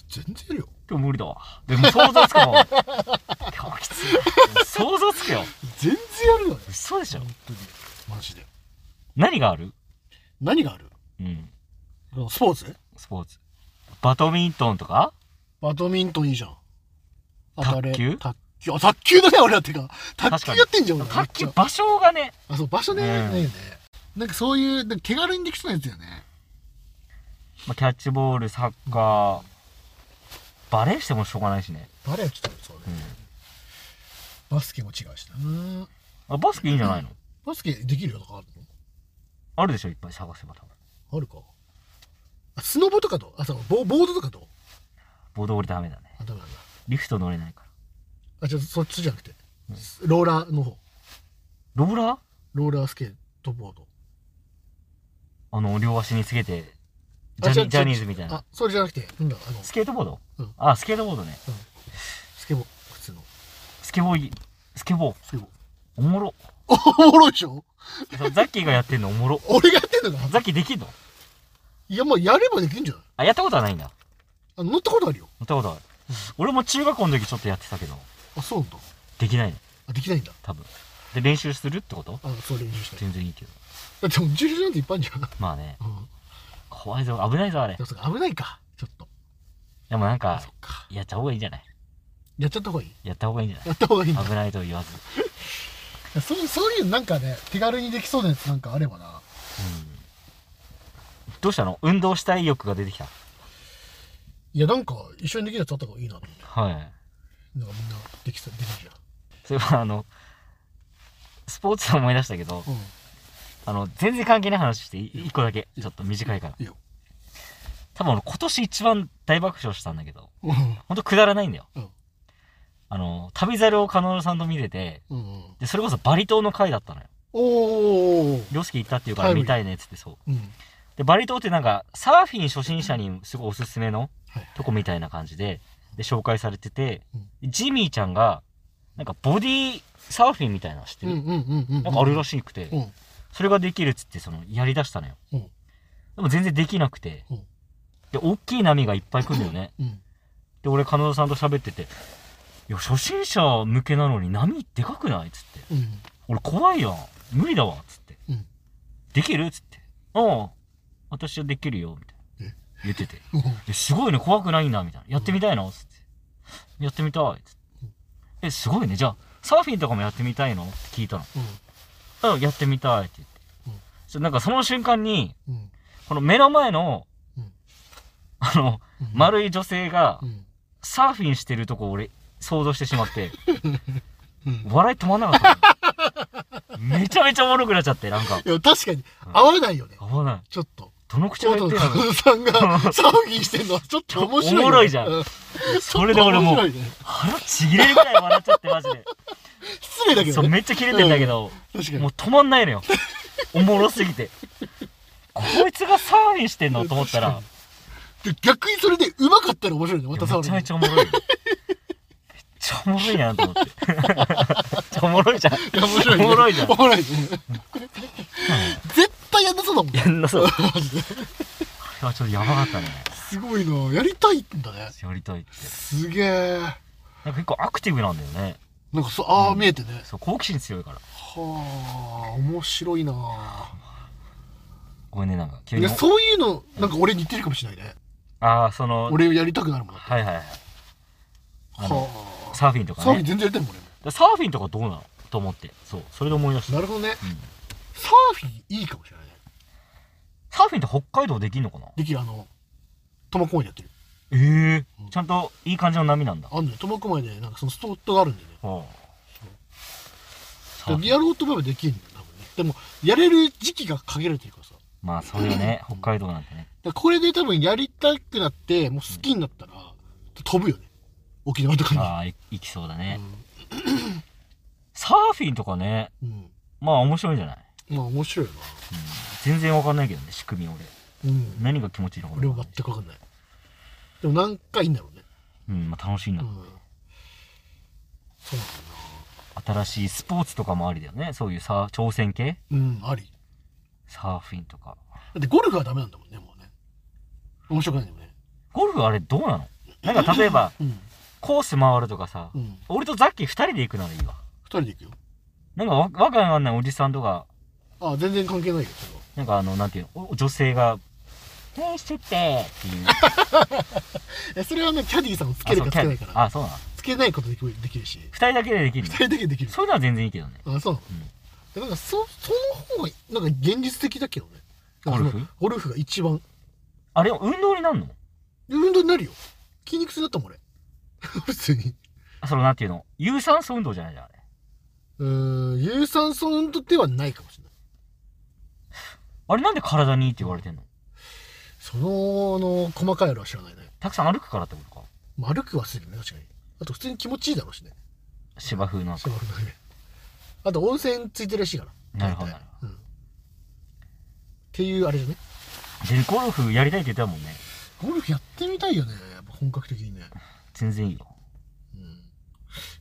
[SPEAKER 1] 全然やるよ
[SPEAKER 2] でも無理だわでも想像つくもん今日はきついな想像つくよ
[SPEAKER 1] 全然やるよね
[SPEAKER 2] 嘘でしょ
[SPEAKER 1] 本当にマジで
[SPEAKER 2] 何がある
[SPEAKER 1] 何がある
[SPEAKER 2] うん
[SPEAKER 1] スポーツ
[SPEAKER 2] スポーツバドミントンとか
[SPEAKER 1] バドミントンいいじゃんあとあれ
[SPEAKER 2] 卓球
[SPEAKER 1] 卓球あ卓球だね俺だってか卓
[SPEAKER 2] 確
[SPEAKER 1] 球
[SPEAKER 2] かに
[SPEAKER 1] やってんじゃん俺
[SPEAKER 2] 卓球
[SPEAKER 1] めっち
[SPEAKER 2] 場所がね
[SPEAKER 1] ゃあそう場所ね
[SPEAKER 2] うん
[SPEAKER 1] ねえねなんかそういうなんか手軽にできそうなやつよね
[SPEAKER 2] まあキャッチボールサッカーバレーしてもしょうがないしね、
[SPEAKER 1] バレーはちょっとそう
[SPEAKER 2] う
[SPEAKER 1] ね
[SPEAKER 2] ん
[SPEAKER 1] バスケも違うしな
[SPEAKER 2] あバスケいいんじゃないの
[SPEAKER 1] バスケできるよとかある
[SPEAKER 2] あるでしょいっぱい探せば多分
[SPEAKER 1] のあるかあスノボとかどうあそうボボードとかどう
[SPEAKER 2] ボード俺ダメだね
[SPEAKER 1] あダメなんだ
[SPEAKER 2] リフト乗れないから
[SPEAKER 1] あじゃあそっちじゃなくてローラーの方
[SPEAKER 2] ローラー
[SPEAKER 1] ローラースケートボード
[SPEAKER 2] あの両足につけてジ
[SPEAKER 1] あ
[SPEAKER 2] ャ
[SPEAKER 1] 違う
[SPEAKER 2] ニジャニーズみたいな
[SPEAKER 1] あそれじゃなくてなんだあの
[SPEAKER 2] スケートボード、
[SPEAKER 1] うん
[SPEAKER 2] あスケートボードね
[SPEAKER 1] スケボー普通の
[SPEAKER 2] スケボーいスケボー
[SPEAKER 1] スケボー
[SPEAKER 2] おもろ
[SPEAKER 1] おもろいでしょ
[SPEAKER 2] そうザッキーがやってんのおもろ
[SPEAKER 1] 俺がやって んのか
[SPEAKER 2] ザッキーできんの
[SPEAKER 1] いやもうやればできんじゃない
[SPEAKER 2] あやったことはないんだや
[SPEAKER 1] あ乗ったことあるよ
[SPEAKER 2] ったことある俺も中学校の時ちょっとやってたけど
[SPEAKER 1] あそうなんだ
[SPEAKER 2] できないの
[SPEAKER 1] あできないんだ
[SPEAKER 2] 多分で練習するってこと
[SPEAKER 1] あそう練習して
[SPEAKER 2] 全然いいけど
[SPEAKER 1] だってもう重症なんていっぱいあるじゃん、
[SPEAKER 2] まあね
[SPEAKER 1] うん、
[SPEAKER 2] 怖いぞ危ないぞあれ
[SPEAKER 1] でもそれ危ないかちょっと
[SPEAKER 2] でもなんか
[SPEAKER 1] そっか
[SPEAKER 2] やった方がいいんじゃない
[SPEAKER 1] やっちゃった方がいい
[SPEAKER 2] やった方がいいんじゃな
[SPEAKER 1] やった方がいいんだ
[SPEAKER 2] い危ないと言わず、
[SPEAKER 1] そうそういうなんかね手軽にできそうなやつなんかあればな
[SPEAKER 2] うん、どうしたの運動したい欲が出てきた
[SPEAKER 1] いやなんか一緒にできるやつあった方がいいなと思って
[SPEAKER 2] はい
[SPEAKER 1] なんかみんなできそうできるじゃ
[SPEAKER 2] それはあのスポーツで思い出したけど
[SPEAKER 1] んうん
[SPEAKER 2] あの全然関係ない話してい一個だけちょっと短いから
[SPEAKER 1] いいよ
[SPEAKER 2] 多分俺今年一番大爆笑したんだけど
[SPEAKER 1] うん
[SPEAKER 2] ほんとくだらないんだよ、
[SPEAKER 1] うん
[SPEAKER 2] あの旅猿を加納さんと見てて
[SPEAKER 1] うんうん
[SPEAKER 2] でそれこそバリ島の回だったのよ
[SPEAKER 1] おー
[SPEAKER 2] 涼介行ったっていうから
[SPEAKER 1] タイムリー
[SPEAKER 2] 見たいねっつってそ
[SPEAKER 1] う
[SPEAKER 2] う
[SPEAKER 1] ん
[SPEAKER 2] でバリ島ってなんかサーフィン初心者にすごいおすすめの
[SPEAKER 1] はい
[SPEAKER 2] とこみたいな感じでで紹介されてて
[SPEAKER 1] うん
[SPEAKER 2] ジミーちゃんがなんかボディサーフィンみたいなの知って
[SPEAKER 1] うんう
[SPEAKER 2] る、
[SPEAKER 1] んうんうん
[SPEAKER 2] なんかあるらしくて、
[SPEAKER 1] うん
[SPEAKER 2] それができるっつってそのやりだしたのよ、
[SPEAKER 1] うん
[SPEAKER 2] でも全然できなくて、
[SPEAKER 1] うん
[SPEAKER 2] で大きい波がいっぱい来るのよ ね
[SPEAKER 1] うん
[SPEAKER 2] で俺彼女さんと喋ってて「いや初心者向けなのに波でかくない?」っつって
[SPEAKER 1] うん
[SPEAKER 2] 「俺怖いやん無理だわ」っつって
[SPEAKER 1] うん
[SPEAKER 2] 「できる?」っつって「ああ私はできるよ」みたいな
[SPEAKER 1] え
[SPEAKER 2] 言ってて
[SPEAKER 1] うん
[SPEAKER 2] 「いやすごいね怖くないんだ」みたいな「やってみたいの?」っつってやってみたいっつって。え、すごいね。じゃあ、サーフィンとかもやってみたいのって聞いたの。うん、やってみたいって言って。
[SPEAKER 1] うん
[SPEAKER 2] そなんかその瞬間に、
[SPEAKER 1] うんうん
[SPEAKER 2] この目の前の、
[SPEAKER 1] うん
[SPEAKER 2] あの、
[SPEAKER 1] うん
[SPEAKER 2] 丸い女性が
[SPEAKER 1] う、ん
[SPEAKER 2] サーフィンしてるとこ俺、想像してしまって、
[SPEAKER 1] うん
[SPEAKER 2] 笑い止まんなかったの。めちゃめちゃおもろくなっちゃって、なんか。
[SPEAKER 1] いや確かに合わないよね、
[SPEAKER 2] 危ない。
[SPEAKER 1] ちょっと
[SPEAKER 2] どの口
[SPEAKER 1] コ
[SPEAKER 2] が
[SPEAKER 1] ー
[SPEAKER 2] 言
[SPEAKER 1] ト
[SPEAKER 2] って
[SPEAKER 1] の
[SPEAKER 2] るの
[SPEAKER 1] カさんがサーフィンしてんのはちょっと面白い、ね、
[SPEAKER 2] おもろいじゃん
[SPEAKER 1] う
[SPEAKER 2] それで俺も
[SPEAKER 1] 面白
[SPEAKER 2] う、
[SPEAKER 1] いね
[SPEAKER 2] 腹ちぎれるぐらい笑っちゃって、マジで。
[SPEAKER 1] 失礼だけ
[SPEAKER 2] そ
[SPEAKER 1] ど
[SPEAKER 2] う、
[SPEAKER 1] ね
[SPEAKER 2] めっちゃキレてんだけど、
[SPEAKER 1] 確かに
[SPEAKER 2] もう止まんないのよ。おもろすぎて。こいつがサーフィンしてんのと思ったら、
[SPEAKER 1] で逆にそれで上手かったら面白いねまたサー
[SPEAKER 2] め
[SPEAKER 1] フ
[SPEAKER 2] ち
[SPEAKER 1] ィ
[SPEAKER 2] ゃ
[SPEAKER 1] ン
[SPEAKER 2] めちゃおもろいよ。めっちゃおもろいやんと思って。めっちゃおもろいじゃん。
[SPEAKER 1] いや面白い、
[SPEAKER 2] おもろいじゃん
[SPEAKER 1] お。もろいね絶対やんなそうだもん
[SPEAKER 2] やんなそう。これはちょっとやばかったね。
[SPEAKER 1] すごいなやりたいんだね
[SPEAKER 2] やりたいって。
[SPEAKER 1] すげえ
[SPEAKER 2] なんか結構アクティブなんだよね。
[SPEAKER 1] なんかそうああ、
[SPEAKER 2] うん
[SPEAKER 1] 見えてね
[SPEAKER 2] そう、好奇心強いから。
[SPEAKER 1] はあ面白いな
[SPEAKER 2] ごめんね、なんか急
[SPEAKER 1] い
[SPEAKER 2] に
[SPEAKER 1] や。そういうのなんか俺似てるかもしれないね
[SPEAKER 2] ああ、その、はい
[SPEAKER 1] 俺やりたくなるもんだって
[SPEAKER 2] はいはい。あの
[SPEAKER 1] は
[SPEAKER 2] サーフィンと
[SPEAKER 1] あサー
[SPEAKER 2] か
[SPEAKER 1] フィン
[SPEAKER 2] ね。
[SPEAKER 1] 全然やりたいもん俺も
[SPEAKER 2] サーフィンとかどうなのと思って。そう、それで思い出した。
[SPEAKER 1] なるほどね
[SPEAKER 2] うん
[SPEAKER 1] サーフィンいいかもしれないね
[SPEAKER 2] サーフィンって北海道できんのかな
[SPEAKER 1] できるあの苫小牧でやってる
[SPEAKER 2] ええ
[SPEAKER 1] うん
[SPEAKER 2] ちゃんといい感じの波なんだ。
[SPEAKER 1] あんのよ苫小牧でなんかそのスポットがあるんでね
[SPEAKER 2] はあ
[SPEAKER 1] だからやろうと思えばできるんだよ多分ねでもやれる時期が限られてるからさ
[SPEAKER 2] まあ、そうよね。北海道なんてね。
[SPEAKER 1] だからこれで多分やりたくなってもう好きになったら、飛ぶよね沖縄とかに
[SPEAKER 2] ああ、い行きそうだね。サーフィンとかね、
[SPEAKER 1] うん、うん
[SPEAKER 2] まあ面白いんじゃない、
[SPEAKER 1] まあ面白いよ
[SPEAKER 2] うん全然わかんないけどね、仕組み俺。
[SPEAKER 1] なうん
[SPEAKER 2] 何が気持ちいいのか
[SPEAKER 1] 俺は
[SPEAKER 2] かんない
[SPEAKER 1] 全く分かんないでも何回いいんだろうね
[SPEAKER 2] うん、まあ楽しいな
[SPEAKER 1] うん、そうなんだよ
[SPEAKER 2] 新しいスポーツとかもありだよね。そういうさ、挑戦系
[SPEAKER 1] なうんあり
[SPEAKER 2] サーフィンとか。
[SPEAKER 1] だってゴルフはダメなんだもんねもうね面白くないよね
[SPEAKER 2] ゴルフあれどうなのなんか例 えば、
[SPEAKER 1] うん
[SPEAKER 2] コース回るとかさ、
[SPEAKER 1] うん
[SPEAKER 2] 俺とザッキー二人で行くならいいわ。
[SPEAKER 1] 二人で行くよ
[SPEAKER 2] なんかわわけわかんないおじさんとか、
[SPEAKER 1] あ全然関係ないけどそれは
[SPEAKER 2] なんかあの、なんていうの、お女性が、返してってって いう。
[SPEAKER 1] いやそれはねキャディーさんをつけるかつけないか
[SPEAKER 2] あ、
[SPEAKER 1] ら
[SPEAKER 2] そうなの
[SPEAKER 1] つけないことできるできるし
[SPEAKER 2] 二人だけででき
[SPEAKER 1] 二
[SPEAKER 2] るの
[SPEAKER 1] 人だけできる
[SPEAKER 2] そういうのは全然いいけどね。
[SPEAKER 1] あそう、でなんかそその方がなんか現実的だけどね
[SPEAKER 2] ゴルフ
[SPEAKER 1] なんかそのゴルフが一番
[SPEAKER 2] あれ、運動になるの
[SPEAKER 1] 運動になるよ筋肉痛だったもん俺 普通に
[SPEAKER 2] あその、なんていうの有酸素運動じゃないじゃん、あれ。
[SPEAKER 1] うーん有酸素運動ではないかもしれない
[SPEAKER 2] あれなんで体にいいって言われてんの
[SPEAKER 1] そのあの細かいあれは知らないね
[SPEAKER 2] たくさん歩くからってことか。
[SPEAKER 1] まあ歩くはするね確かにあと普通に気持ちいいだろうしね
[SPEAKER 2] 芝生の。
[SPEAKER 1] 芝生のねあと温泉ついてるらしいから
[SPEAKER 2] なるほどなる
[SPEAKER 1] うん、っていうあれじゃね
[SPEAKER 2] で、ゴルフやりたいって言ってたもんね。
[SPEAKER 1] ゴルフやってみたいよねやっぱ本格的にね
[SPEAKER 2] 全然いいよ。
[SPEAKER 1] うんい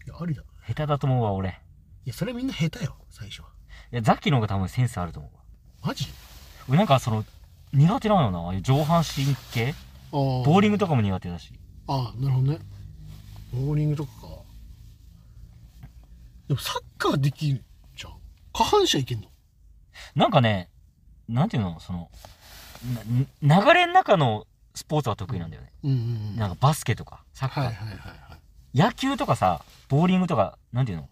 [SPEAKER 1] やありだ
[SPEAKER 2] 下手だと思うわ、俺。
[SPEAKER 1] いやそれみんな下手よ最初はい
[SPEAKER 2] や、ザッキーの方が多分センスあると思うわ。
[SPEAKER 1] マジ
[SPEAKER 2] 俺なんかその、苦手なのよな、ああいう上半身系
[SPEAKER 1] ボ
[SPEAKER 2] ボーリング
[SPEAKER 1] と
[SPEAKER 2] とかも苦手だし。
[SPEAKER 1] ああなるほどねボーリングとかかでもサッカーできるじゃん下半身はいけんの
[SPEAKER 2] なんかね、なんていうの、その、な流れの中のスポーツは得意なんだよね。
[SPEAKER 1] うんうん
[SPEAKER 2] なんかバスケとか、サッカ
[SPEAKER 1] はい
[SPEAKER 2] ー
[SPEAKER 1] はいはいはい
[SPEAKER 2] 野球とかさ、ボーリングとか、なんていうの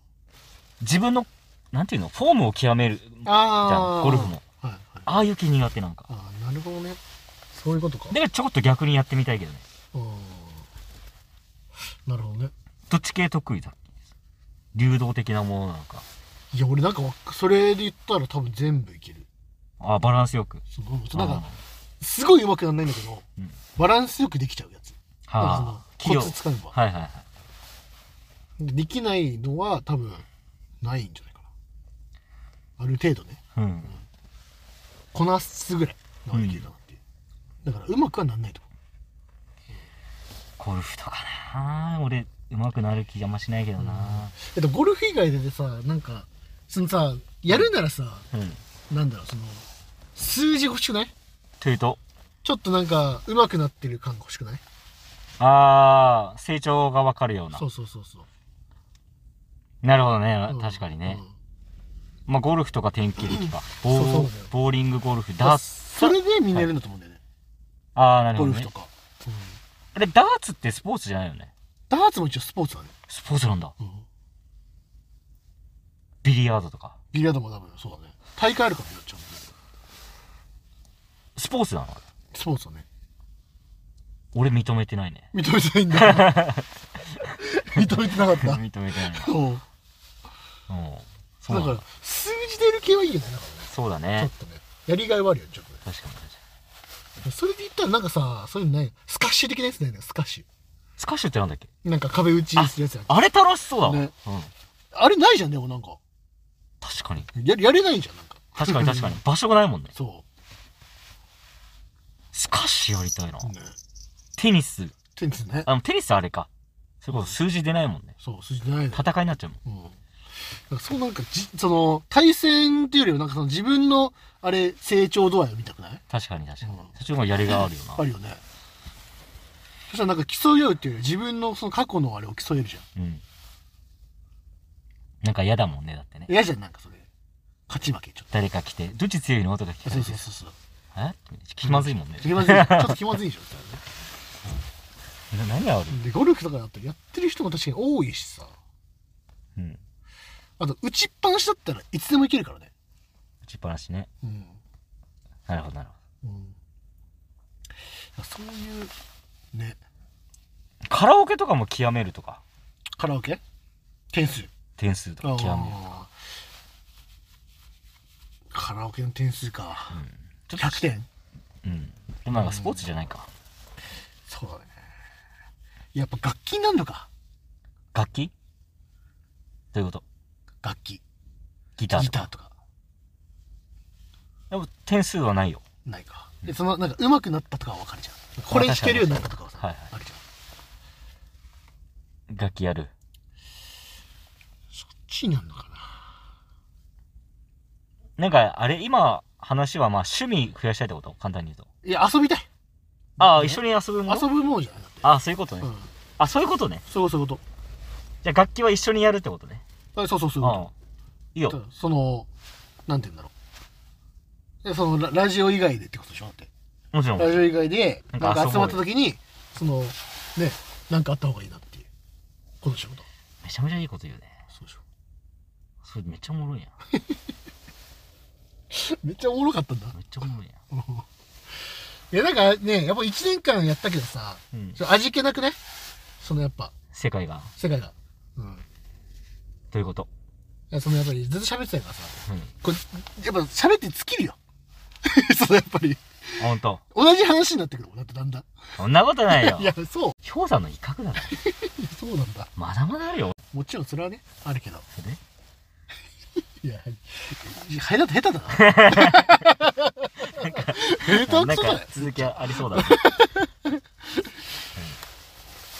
[SPEAKER 2] 自分の、なんていうのフォームを極める、じゃ
[SPEAKER 1] あ
[SPEAKER 2] んゴルフも
[SPEAKER 1] はいはいあ
[SPEAKER 2] ああいう気苦手なんか。
[SPEAKER 1] あなるほどねそういうことか
[SPEAKER 2] だからちょっと逆にやってみたいけどね。
[SPEAKER 1] うんなるほどね
[SPEAKER 2] どっち系得意だ流動的なものなのか。
[SPEAKER 1] いや俺なんかわそれで言ったら多分全部いける
[SPEAKER 2] ああ、バランスよく。
[SPEAKER 1] そのなん
[SPEAKER 2] あ
[SPEAKER 1] かすごい上手くなんないんだけど
[SPEAKER 2] ーうん
[SPEAKER 1] バランスよくできちゃうやつなんかそ
[SPEAKER 2] は
[SPEAKER 1] の
[SPEAKER 2] あ、器用
[SPEAKER 1] コツつかめば
[SPEAKER 2] はいはいはい。
[SPEAKER 1] できないのは多分ないんじゃないかなある程度ね
[SPEAKER 2] うん。
[SPEAKER 1] こなすぐらいのができるかなっていう、だからうまくはなんないと思
[SPEAKER 2] ゴルフとかな俺、上手くなる気があんましないけどな
[SPEAKER 1] うえっとゴルフ以外でさなんかそのさやるならさ
[SPEAKER 2] うん。
[SPEAKER 1] なんだろうその数字欲しくない
[SPEAKER 2] というと、
[SPEAKER 1] ちょっとなんかうまくなってる感が欲しくない
[SPEAKER 2] ああ、成長がわかるような
[SPEAKER 1] そ。うそうそうそう、
[SPEAKER 2] なるほどね
[SPEAKER 1] う。ん
[SPEAKER 2] 確かにね。
[SPEAKER 1] うん
[SPEAKER 2] まあ、ゴルフとか天気力か。ボ
[SPEAKER 1] そうそう
[SPEAKER 2] ー
[SPEAKER 1] だよ
[SPEAKER 2] ボーリング、ゴルフ、
[SPEAKER 1] だ
[SPEAKER 2] ダーツ。
[SPEAKER 1] それでみんなやるんだと思うんだよね、
[SPEAKER 2] ああ、なるほ
[SPEAKER 1] ゴ
[SPEAKER 2] ど、
[SPEAKER 1] ル
[SPEAKER 2] ね。
[SPEAKER 1] フとか、うん
[SPEAKER 2] あれ、ダーツってスポーツじゃないよね。
[SPEAKER 1] ダーツも一応スポーツだね。
[SPEAKER 2] スポーツなんだ。
[SPEAKER 1] うん。
[SPEAKER 2] ビリヤードとか。
[SPEAKER 1] ビリヤードも多分そうだね。大会あるからやっちゃうんだよ
[SPEAKER 2] スポーツなの
[SPEAKER 1] スポーツだね。
[SPEAKER 2] 俺認めてないね。
[SPEAKER 1] 認めてないんだ。 認めてなかった。
[SPEAKER 2] 認めてないな。
[SPEAKER 1] そう。
[SPEAKER 2] うん。そ
[SPEAKER 1] だ
[SPEAKER 2] うなん
[SPEAKER 1] か
[SPEAKER 2] だ
[SPEAKER 1] ら、数字出る系はいいよね。なんか
[SPEAKER 2] そうだ
[SPEAKER 1] ね
[SPEAKER 2] ね。
[SPEAKER 1] ちょっとね。やりがいはあるよね、ちょっとね。
[SPEAKER 2] 確かに確かに。
[SPEAKER 1] それで言ったらなんかさ、そういうのないスカッシュ的なやつないのよ、スカッシ
[SPEAKER 2] スカッシュってなんだっけ
[SPEAKER 1] ュ。なんか壁打ちするやつやあ
[SPEAKER 2] あれ楽しそうだわ。
[SPEAKER 1] ね
[SPEAKER 2] うん。
[SPEAKER 1] あれないじゃんね、でもなんか。
[SPEAKER 2] 確かに。
[SPEAKER 1] ややれないじゃん、なんか。
[SPEAKER 2] 確かに確かに。 場所がないもんね。
[SPEAKER 1] そ
[SPEAKER 2] スカッシュやりたいな
[SPEAKER 1] う。。ね。
[SPEAKER 2] テニス。
[SPEAKER 1] テニスね。
[SPEAKER 2] あの、テニスあれか。それこそ数字出ないもんね。
[SPEAKER 1] そう、数字出ないの。
[SPEAKER 2] 戦いになっちゃうもん。
[SPEAKER 1] うん。だからそうなんかじ、その、対戦っていうよりは、なんかその自分の、あれ、成長度合いを見たくない
[SPEAKER 2] 確かに確かに。
[SPEAKER 1] うん
[SPEAKER 2] そっちの方がやりがいあるよな。
[SPEAKER 1] あるよね。そしたらなんか競い合うっていうよりは、自分のその過去のあれを競えるじゃん。
[SPEAKER 2] うん。なんか嫌だもんね、だってね。
[SPEAKER 1] 嫌じゃん、なんかそれ。勝ち負け、ちょっ
[SPEAKER 2] 誰か来て、どっち強いのとか聞
[SPEAKER 1] と。
[SPEAKER 2] か
[SPEAKER 1] そ
[SPEAKER 2] れ
[SPEAKER 1] う
[SPEAKER 2] て
[SPEAKER 1] そう、そうそう。
[SPEAKER 2] え気まずいもんね。
[SPEAKER 1] 気まずい。ちょっと気まずいでしょ、それね
[SPEAKER 2] な何が悪い
[SPEAKER 1] でゴルフとかだったらやってる人も確かに多いしさ
[SPEAKER 2] うん。
[SPEAKER 1] あと打ちっぱなしだったらいつでもいけるからね
[SPEAKER 2] 打ちっぱなしね。
[SPEAKER 1] うん、
[SPEAKER 2] なるほど、なるほ
[SPEAKER 1] うん、そういうね
[SPEAKER 2] ど。カラオケとかも極めるとか、
[SPEAKER 1] カラオケ点数
[SPEAKER 2] 点数とか極める。
[SPEAKER 1] あーカラオケの点数か
[SPEAKER 2] うん。ちょっ
[SPEAKER 1] 100点
[SPEAKER 2] と、うん。でもなんかスポーツじゃないか。
[SPEAKER 1] そうだねやっぱ楽器になるのか
[SPEAKER 2] 楽器どういうこと
[SPEAKER 1] 楽器
[SPEAKER 2] ギター
[SPEAKER 1] ギ
[SPEAKER 2] と
[SPEAKER 1] タ
[SPEAKER 2] か。
[SPEAKER 1] ーとか
[SPEAKER 2] でも点数はないよ。
[SPEAKER 1] ないか、でそのなんか上手くなったとかは分かるじゃんこれ弾けるようになったとかはさ、
[SPEAKER 2] はいはい
[SPEAKER 1] あるじゃん
[SPEAKER 2] 楽器やる。
[SPEAKER 1] そっちになるのかな
[SPEAKER 2] なんか、あれ、今、話はまあ趣味増やしたいってこと簡単に言うと。
[SPEAKER 1] いや遊びたい
[SPEAKER 2] ああ、一緒に遊ぶもの
[SPEAKER 1] 遊ぶもんじゃないだって
[SPEAKER 2] ああ、そういうことね。
[SPEAKER 1] うん
[SPEAKER 2] あ、そういうことね。
[SPEAKER 1] そうそういうこ
[SPEAKER 2] じゃあ楽器は一緒にやるってことね。
[SPEAKER 1] とあそうそうそううんいうこ。
[SPEAKER 2] いいよ
[SPEAKER 1] と。そのなんて言うんだろうでそのララジオ以外でってことでしょだって
[SPEAKER 2] もちろん。
[SPEAKER 1] ラジオ以外で
[SPEAKER 2] なん
[SPEAKER 1] な
[SPEAKER 2] か
[SPEAKER 1] んか集まった時にそのねなんかあった方がいいなっていうこの仕事
[SPEAKER 2] めちゃめちゃいいこと言うね。
[SPEAKER 1] そうでしょ
[SPEAKER 2] それめっちゃおもろいやん。
[SPEAKER 1] めっちゃおもろかったんだ
[SPEAKER 2] めっちゃおもろいやん。
[SPEAKER 1] いやなんかねやっぱ1年間やったけどさ、
[SPEAKER 2] うん
[SPEAKER 1] それ味気なくねそのやっぱ
[SPEAKER 2] 世界が。
[SPEAKER 1] 世界がうん
[SPEAKER 2] ということ。
[SPEAKER 1] いやそのやっぱりずっと喋ってたからさ
[SPEAKER 2] うん。
[SPEAKER 1] これやっぱ喋って尽きるよ そのやっぱり
[SPEAKER 2] ほんと。
[SPEAKER 1] 同じ話になってくるもんだってだんだん
[SPEAKER 2] そんなことないよ
[SPEAKER 1] い。やそう
[SPEAKER 2] 氷山の威嚇だろ。
[SPEAKER 1] いやそうなんだ
[SPEAKER 2] まだまだあるよ。
[SPEAKER 1] もちろんそれはねあるけど
[SPEAKER 2] それ
[SPEAKER 1] いやはいいやだと下手だな下 手くそ
[SPEAKER 2] な
[SPEAKER 1] だ
[SPEAKER 2] ん
[SPEAKER 1] よ
[SPEAKER 2] か続きありそうだね。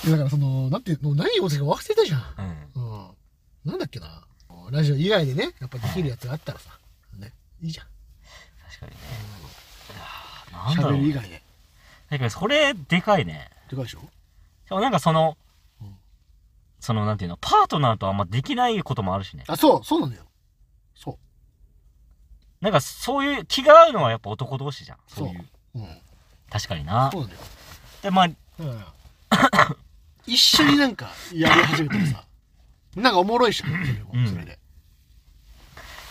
[SPEAKER 1] だからそのなんてもう何を言おうとしたか忘れたじゃん
[SPEAKER 2] うん。
[SPEAKER 1] うんなんだっけなラジオ以外でねやっぱできるやつがあったらさねいいじゃん
[SPEAKER 2] 確かにね。いやーなんだろ
[SPEAKER 1] 喋
[SPEAKER 2] う
[SPEAKER 1] る以
[SPEAKER 2] ね。
[SPEAKER 1] 外で
[SPEAKER 2] だけど、それ、でかいね。
[SPEAKER 1] でかいでしょ
[SPEAKER 2] でもなんかその
[SPEAKER 1] うん、
[SPEAKER 2] その、なんていうの、パートナーとあんまできないこともあるしね。
[SPEAKER 1] あそうそうなんだよそ
[SPEAKER 2] なんかそういう、気が合うのはやっぱ男同士じゃん。
[SPEAKER 1] うそ
[SPEAKER 2] そうういう。
[SPEAKER 1] うん
[SPEAKER 2] 確かにな
[SPEAKER 1] そ。うなんだよ
[SPEAKER 2] で、まあ、
[SPEAKER 1] だから一緒になんかやり始めたら さなんかおもろいしそれも
[SPEAKER 2] うん
[SPEAKER 1] それで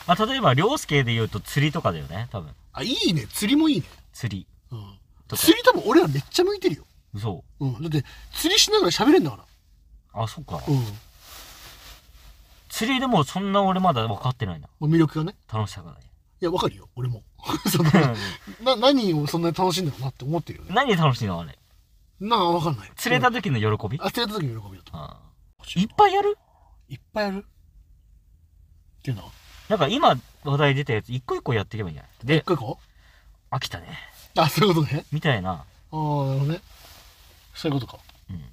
[SPEAKER 2] まあ、例えば、涼介で言うと釣りとかだよね、多分。
[SPEAKER 1] あいいね釣りもいいね
[SPEAKER 2] 釣り
[SPEAKER 1] うん
[SPEAKER 2] とか。
[SPEAKER 1] 釣り多分俺らめっちゃ向いてるよ
[SPEAKER 2] 嘘
[SPEAKER 1] うん、だって釣りしながら喋れんだか
[SPEAKER 2] あ、そっか。
[SPEAKER 1] ら、うん
[SPEAKER 2] 釣りでもそんな俺まだ分かってないな。
[SPEAKER 1] まあ、魅力がね
[SPEAKER 2] 楽しさがない。
[SPEAKER 1] いやわかるよ俺も そのな何をそんなに楽しんだろうなって思ってるよね
[SPEAKER 2] 何楽しいのあれ。
[SPEAKER 1] なんかわかんない
[SPEAKER 2] 釣れ
[SPEAKER 1] う
[SPEAKER 2] た
[SPEAKER 1] ん
[SPEAKER 2] 時の喜び、
[SPEAKER 1] あ釣れた時の喜びだと
[SPEAKER 2] あ
[SPEAKER 1] 思
[SPEAKER 2] いっぱいやる
[SPEAKER 1] いいっぱいあるっていうのは
[SPEAKER 2] なんか今話題出たやつ一個一個やっていけばいいんじゃない
[SPEAKER 1] 一
[SPEAKER 2] で、
[SPEAKER 1] 個一個
[SPEAKER 2] 飽きたね。
[SPEAKER 1] あそういうことね
[SPEAKER 2] みたいな。
[SPEAKER 1] ああなるほどねそういうことか
[SPEAKER 2] うん。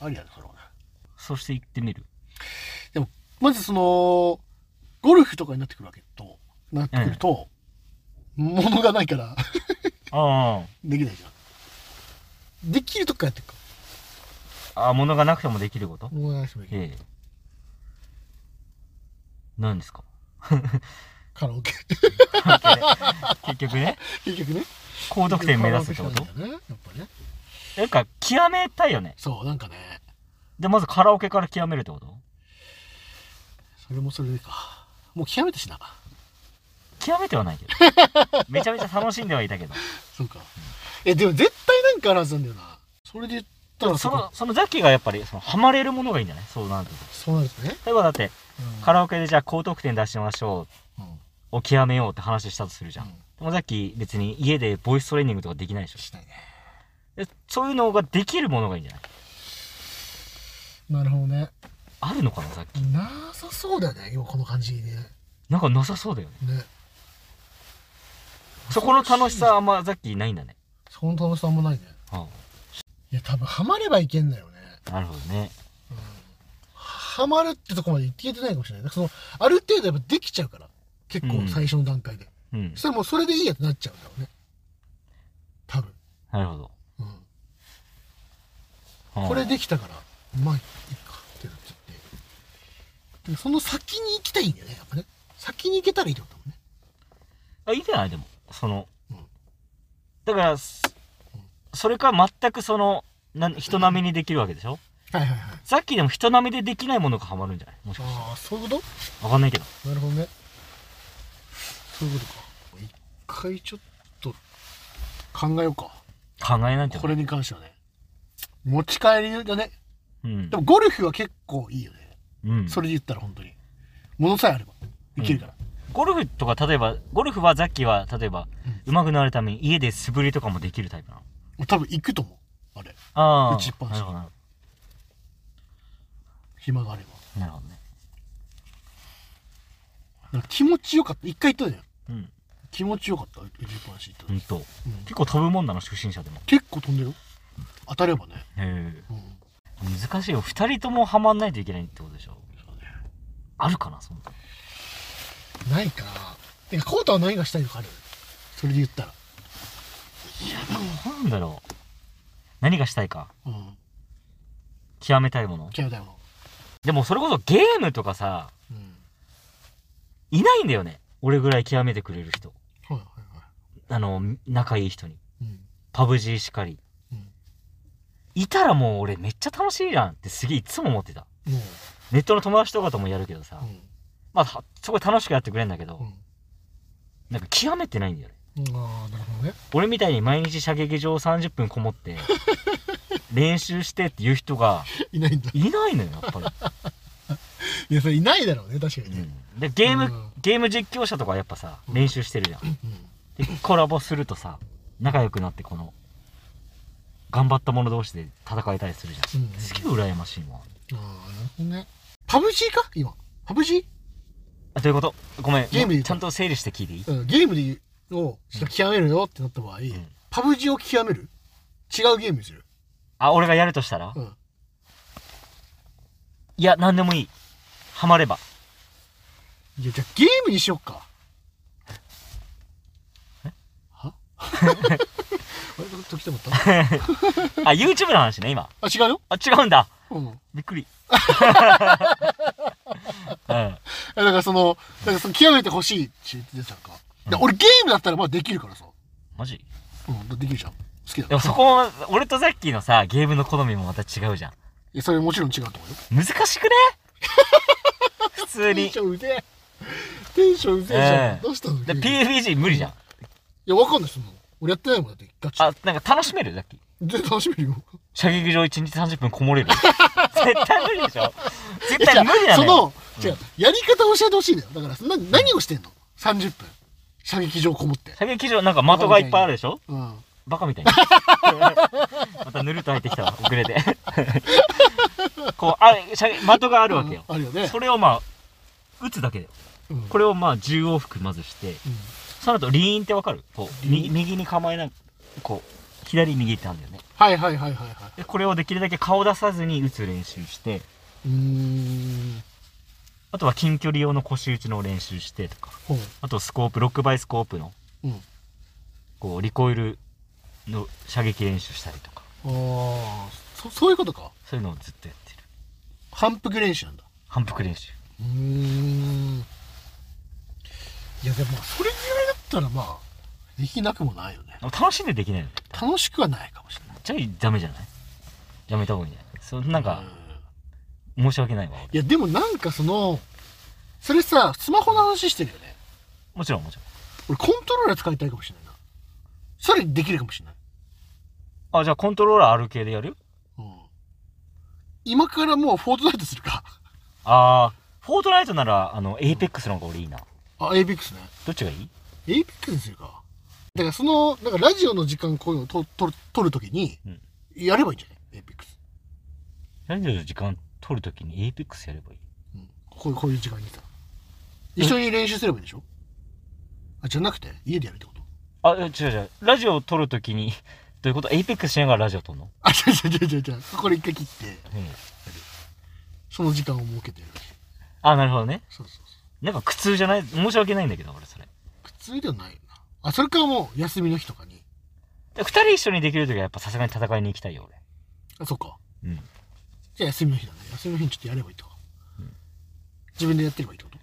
[SPEAKER 1] ありやねそれはね
[SPEAKER 2] そして行ってみる。
[SPEAKER 1] まずそのゴルフとかになってくるわけとなってくると、物がないから
[SPEAKER 2] あ
[SPEAKER 1] できないじゃんできるとこからやっていくか
[SPEAKER 2] あ。ああ、物がなくてもできること
[SPEAKER 1] 物がない人もいける
[SPEAKER 2] ええ。何で すか
[SPEAKER 1] カラオケ
[SPEAKER 2] 結局ね、
[SPEAKER 1] 結局ね
[SPEAKER 2] 高得点目指すってこ
[SPEAKER 1] カラ
[SPEAKER 2] と
[SPEAKER 1] オケしかないんだよねやっぱね
[SPEAKER 2] なんか極めたいよね。
[SPEAKER 1] そうなんかね
[SPEAKER 2] でまずカラオケから極めるってこと
[SPEAKER 1] それもそれでかもう極めたしな
[SPEAKER 2] 極めてはな いけどめちゃめちゃ楽しんではいたけど
[SPEAKER 1] そうかえでも絶対なんかあるはずなんだよなそれで言ったら
[SPEAKER 2] そ
[SPEAKER 1] か
[SPEAKER 2] のそのザッキーがやっぱりそのハマれるものがいいんじゃないそうなると
[SPEAKER 1] そうなんですね、
[SPEAKER 2] 例えばだって
[SPEAKER 1] うん
[SPEAKER 2] カラオケでじゃあ高得点出してみましょ
[SPEAKER 1] うん
[SPEAKER 2] うを極めようって話したとするじゃん、
[SPEAKER 1] うん
[SPEAKER 2] でもザッキー別に家でボイストレーニングとかできないでしょ
[SPEAKER 1] しないね
[SPEAKER 2] でそういうのができるものがいいんじゃない
[SPEAKER 1] なるほどね
[SPEAKER 2] あるのかなザッキー
[SPEAKER 1] なさそうだよね今この感じね
[SPEAKER 2] なんかなさそうだよね
[SPEAKER 1] ね
[SPEAKER 2] そこの楽しさはあんまザッキーないんだね
[SPEAKER 1] その楽しさもないね
[SPEAKER 2] あ
[SPEAKER 1] いや多分ハマればいけんだよね
[SPEAKER 2] あなるほどね
[SPEAKER 1] ハマるってとこまでいけてないかもしれないだからそのある程度やっぱできちゃうから結
[SPEAKER 2] う
[SPEAKER 1] 構
[SPEAKER 2] ん
[SPEAKER 1] 最初の段階で、
[SPEAKER 2] うん
[SPEAKER 1] そしたらもうそれでいいやってなっちゃうんだろうね多分、
[SPEAKER 2] なるほど、
[SPEAKER 1] うん
[SPEAKER 2] はあ
[SPEAKER 1] これできたからまあいいかってなっちゃってでその先に行きたいんだよねやっぱね先に行けたらいいってことだもんね
[SPEAKER 2] あいいじゃないでもその、
[SPEAKER 1] うん
[SPEAKER 2] だからそそれか全くそのなん人並みにできるわけでしょ、
[SPEAKER 1] はいはいはい
[SPEAKER 2] さっきでも人並みでできないものがハマるんじゃないもしかし
[SPEAKER 1] ああそういうこ
[SPEAKER 2] わかんないけど
[SPEAKER 1] となるほどねそういうことか一回ちょっと考えようか
[SPEAKER 2] 考えないと
[SPEAKER 1] これに関してはね持ち帰りだね
[SPEAKER 2] うん
[SPEAKER 1] でもゴルフは結構いいよね
[SPEAKER 2] うん
[SPEAKER 1] それで言ったら本当に物さえあればいけるから、
[SPEAKER 2] ゴルフとか例えばゴルフはザッキーは例えば上手くなるために家で素振りとかもできるタイプなの
[SPEAKER 1] 多分行くと思うあれ
[SPEAKER 2] あ
[SPEAKER 1] 打
[SPEAKER 2] あ
[SPEAKER 1] ちっぱなし
[SPEAKER 2] なるほどな
[SPEAKER 1] 暇があれば
[SPEAKER 2] なるほどね
[SPEAKER 1] だから気持ちよかった一回行ったじゃん
[SPEAKER 2] うん
[SPEAKER 1] 気持ちよかった打ちっぱなし行った時、
[SPEAKER 2] ほんと
[SPEAKER 1] うん
[SPEAKER 2] 結構飛ぶもんだな初心者でも
[SPEAKER 1] 結構飛んでるよ当たればね
[SPEAKER 2] へ
[SPEAKER 1] う
[SPEAKER 2] え
[SPEAKER 1] ん
[SPEAKER 2] 難しいよ2人ともハマんないといけないってことでしょ
[SPEAKER 1] そうね
[SPEAKER 2] あるかなそんな
[SPEAKER 1] ないかいやコートは何がしたいのかあるそれで言ったら
[SPEAKER 2] なんだろう何がしたいか
[SPEAKER 1] うん
[SPEAKER 2] 極めたいもの
[SPEAKER 1] 嫌だよ
[SPEAKER 2] でもそれこそゲームとかさ
[SPEAKER 1] うん
[SPEAKER 2] いないんだよね俺ぐらい極めてくれる人
[SPEAKER 1] はいはいは
[SPEAKER 2] あの仲いい人に
[SPEAKER 1] いうん
[SPEAKER 2] パブ G しかりいたらもう俺めっちゃ楽しいじゃんってすげえいつも思ってた
[SPEAKER 1] うんも
[SPEAKER 2] ネットの友達とかともやるけどさ、
[SPEAKER 1] う
[SPEAKER 2] まあはすごい楽しくやってくれんだけど、
[SPEAKER 1] うん
[SPEAKER 2] なんか極めてないんだよね
[SPEAKER 1] うんああなるほどね
[SPEAKER 2] 俺みたいに毎日射撃場30分こもって練習してっていう人が
[SPEAKER 1] いないんだ
[SPEAKER 2] いないのよやっぱり、
[SPEAKER 1] いやそれいないだろうね確かに
[SPEAKER 2] う
[SPEAKER 1] ね
[SPEAKER 2] んでゲーム、
[SPEAKER 1] うん
[SPEAKER 2] ゲーム実況者とかやっぱさ
[SPEAKER 1] うん
[SPEAKER 2] 練習してるじゃん、
[SPEAKER 1] うん
[SPEAKER 2] でコラボするとさ仲良くなってこの頑張った者同士で戦えたりするじゃん、
[SPEAKER 1] うん
[SPEAKER 2] すげえ羨ましいもん
[SPEAKER 1] ああ、なるほどね。パブ G か今。パブ G?
[SPEAKER 2] あということごめん
[SPEAKER 1] ゲームで言う
[SPEAKER 2] ちゃんと整理して聞いていい
[SPEAKER 1] うん、ゲームで言うを極めるよってなった場合、
[SPEAKER 2] ん
[SPEAKER 1] パブ G を極める違うゲームにする。
[SPEAKER 2] あ俺がやるとしたら、
[SPEAKER 1] うん。
[SPEAKER 2] いや、なんでもいい。ハマれ ば。
[SPEAKER 1] いや、じゃあゲームにしよっか。 はあれ時止まった
[SPEAKER 2] あ、YouTube の話ね、今。
[SPEAKER 1] あ、違うよ。
[SPEAKER 2] あ、違うんだ。
[SPEAKER 1] うん。
[SPEAKER 2] びっ くり。うん。
[SPEAKER 1] えだからその、だからその極めてほしいって言ってたじゃんか。で俺ゲームだったらまあできるからさ。
[SPEAKER 2] マジ
[SPEAKER 1] うん、できるじゃん。好きだか
[SPEAKER 2] で
[SPEAKER 1] ら
[SPEAKER 2] もそこも、俺とザッキーのさ、ゲームの好みもまた違うじゃん。
[SPEAKER 1] いや、それもちろん違うと思うよ。
[SPEAKER 2] 難しくね 普通
[SPEAKER 1] テン
[SPEAKER 2] に
[SPEAKER 1] シ。ョンうぜえ。テンションうぜえじゃ
[SPEAKER 2] え
[SPEAKER 1] ん。
[SPEAKER 2] え
[SPEAKER 1] どうしたの
[SPEAKER 2] で、
[SPEAKER 1] 急に
[SPEAKER 2] PUBG 無理じゃん。
[SPEAKER 1] いや、わかんないですもん。俺やってないもんだって、ガチ。
[SPEAKER 2] あ、なんか楽しめるザッキー。
[SPEAKER 1] 全然楽しめるよ。
[SPEAKER 2] 射撃場1日30分こ もれる。絶対無理でしょ絶対無理な
[SPEAKER 1] そ
[SPEAKER 2] のよ。
[SPEAKER 1] の、違う、やり方教えてほしいんだよ。だから、そんな何をしてんの ?30 分。射撃場こもって。
[SPEAKER 2] 射撃場なんか的がいっぱいあるでしょ
[SPEAKER 1] うん。
[SPEAKER 2] バカみたいに。 またぬるっと入ってきたわ、遅れて。 こう、あ、しゃ的があ
[SPEAKER 1] あ
[SPEAKER 2] るわけよ。
[SPEAKER 1] あるよね。
[SPEAKER 2] それをまあ、打つだけだよ。
[SPEAKER 1] うん
[SPEAKER 2] これをまあ、10往復まずして、
[SPEAKER 1] うん
[SPEAKER 2] その後、リーンってわかるこう、
[SPEAKER 1] リ
[SPEAKER 2] み
[SPEAKER 1] ーン
[SPEAKER 2] 右に構えなこう、左右ってあるんだよね。
[SPEAKER 1] はいはいはいはいは
[SPEAKER 2] で、これをできるだけ顔出さずに打つ練習し
[SPEAKER 1] い。
[SPEAKER 2] て、
[SPEAKER 1] うーん。
[SPEAKER 2] あとは近距離用の腰打ちの練習してとか、
[SPEAKER 1] ほう。
[SPEAKER 2] あとスコープ、6倍スコープの、
[SPEAKER 1] うん。
[SPEAKER 2] こう、リコイルの射撃練習したりとか、
[SPEAKER 1] ああ、そ、そういうことか。
[SPEAKER 2] そういうのをずっとやってる。
[SPEAKER 1] 反復練習なんだ。
[SPEAKER 2] 反復練習。
[SPEAKER 1] うーん。いや、でも、それぐらいだったらまあ、できなくもないよね。
[SPEAKER 2] 楽しんでできないよね。
[SPEAKER 1] 楽しくはないかもしれない。
[SPEAKER 2] じゃあダメじゃないやめた方がいいんじゃないそうなんか
[SPEAKER 1] う
[SPEAKER 2] 申し訳ないわ俺
[SPEAKER 1] いやでもなんかそのそれさスマホの話してるよね
[SPEAKER 2] もちろんもちろ
[SPEAKER 1] 俺コントローラー使いたいかもしれないなそれできるかもしれない、
[SPEAKER 2] んあじゃあコントローラーある系でやる
[SPEAKER 1] うん、今からもうフォートナイトするか
[SPEAKER 2] ああフォートナイトならあのエイペックスの方が俺いいな
[SPEAKER 1] あエイペックスね
[SPEAKER 2] どっちがいい
[SPEAKER 1] エイペックスにするかだからそのだからラジオの時間こういうのをとと取るときに
[SPEAKER 2] うん
[SPEAKER 1] やればいいんじゃないエイペックス、
[SPEAKER 2] ラジオの時間取るときにエイペックスやればいい
[SPEAKER 1] うん、こういうこういう時間にさ一緒に練習すればいいでしょあじゃなくて家でやるってこと
[SPEAKER 2] あえ違う違うラジオを撮るときに どういうことエイペックスしながらラジオ撮るの
[SPEAKER 1] あ違う違う違う違う違うこれ一回切って
[SPEAKER 2] うん
[SPEAKER 1] その時間を設けてる
[SPEAKER 2] あなるほどね
[SPEAKER 1] そうそうそ
[SPEAKER 2] なんか苦痛じゃない申し訳ないんだけど俺それ
[SPEAKER 1] う苦痛ではないよなあそれかもう休みの日とかに
[SPEAKER 2] で二人一緒にできるときはやっぱさすがに戦いに行きたいよ
[SPEAKER 1] あそうか
[SPEAKER 2] 俺うん
[SPEAKER 1] じゃあ休みの日だね休みの日にちょっとやればいいとか、
[SPEAKER 2] うん
[SPEAKER 1] 自分でやってればいいってこと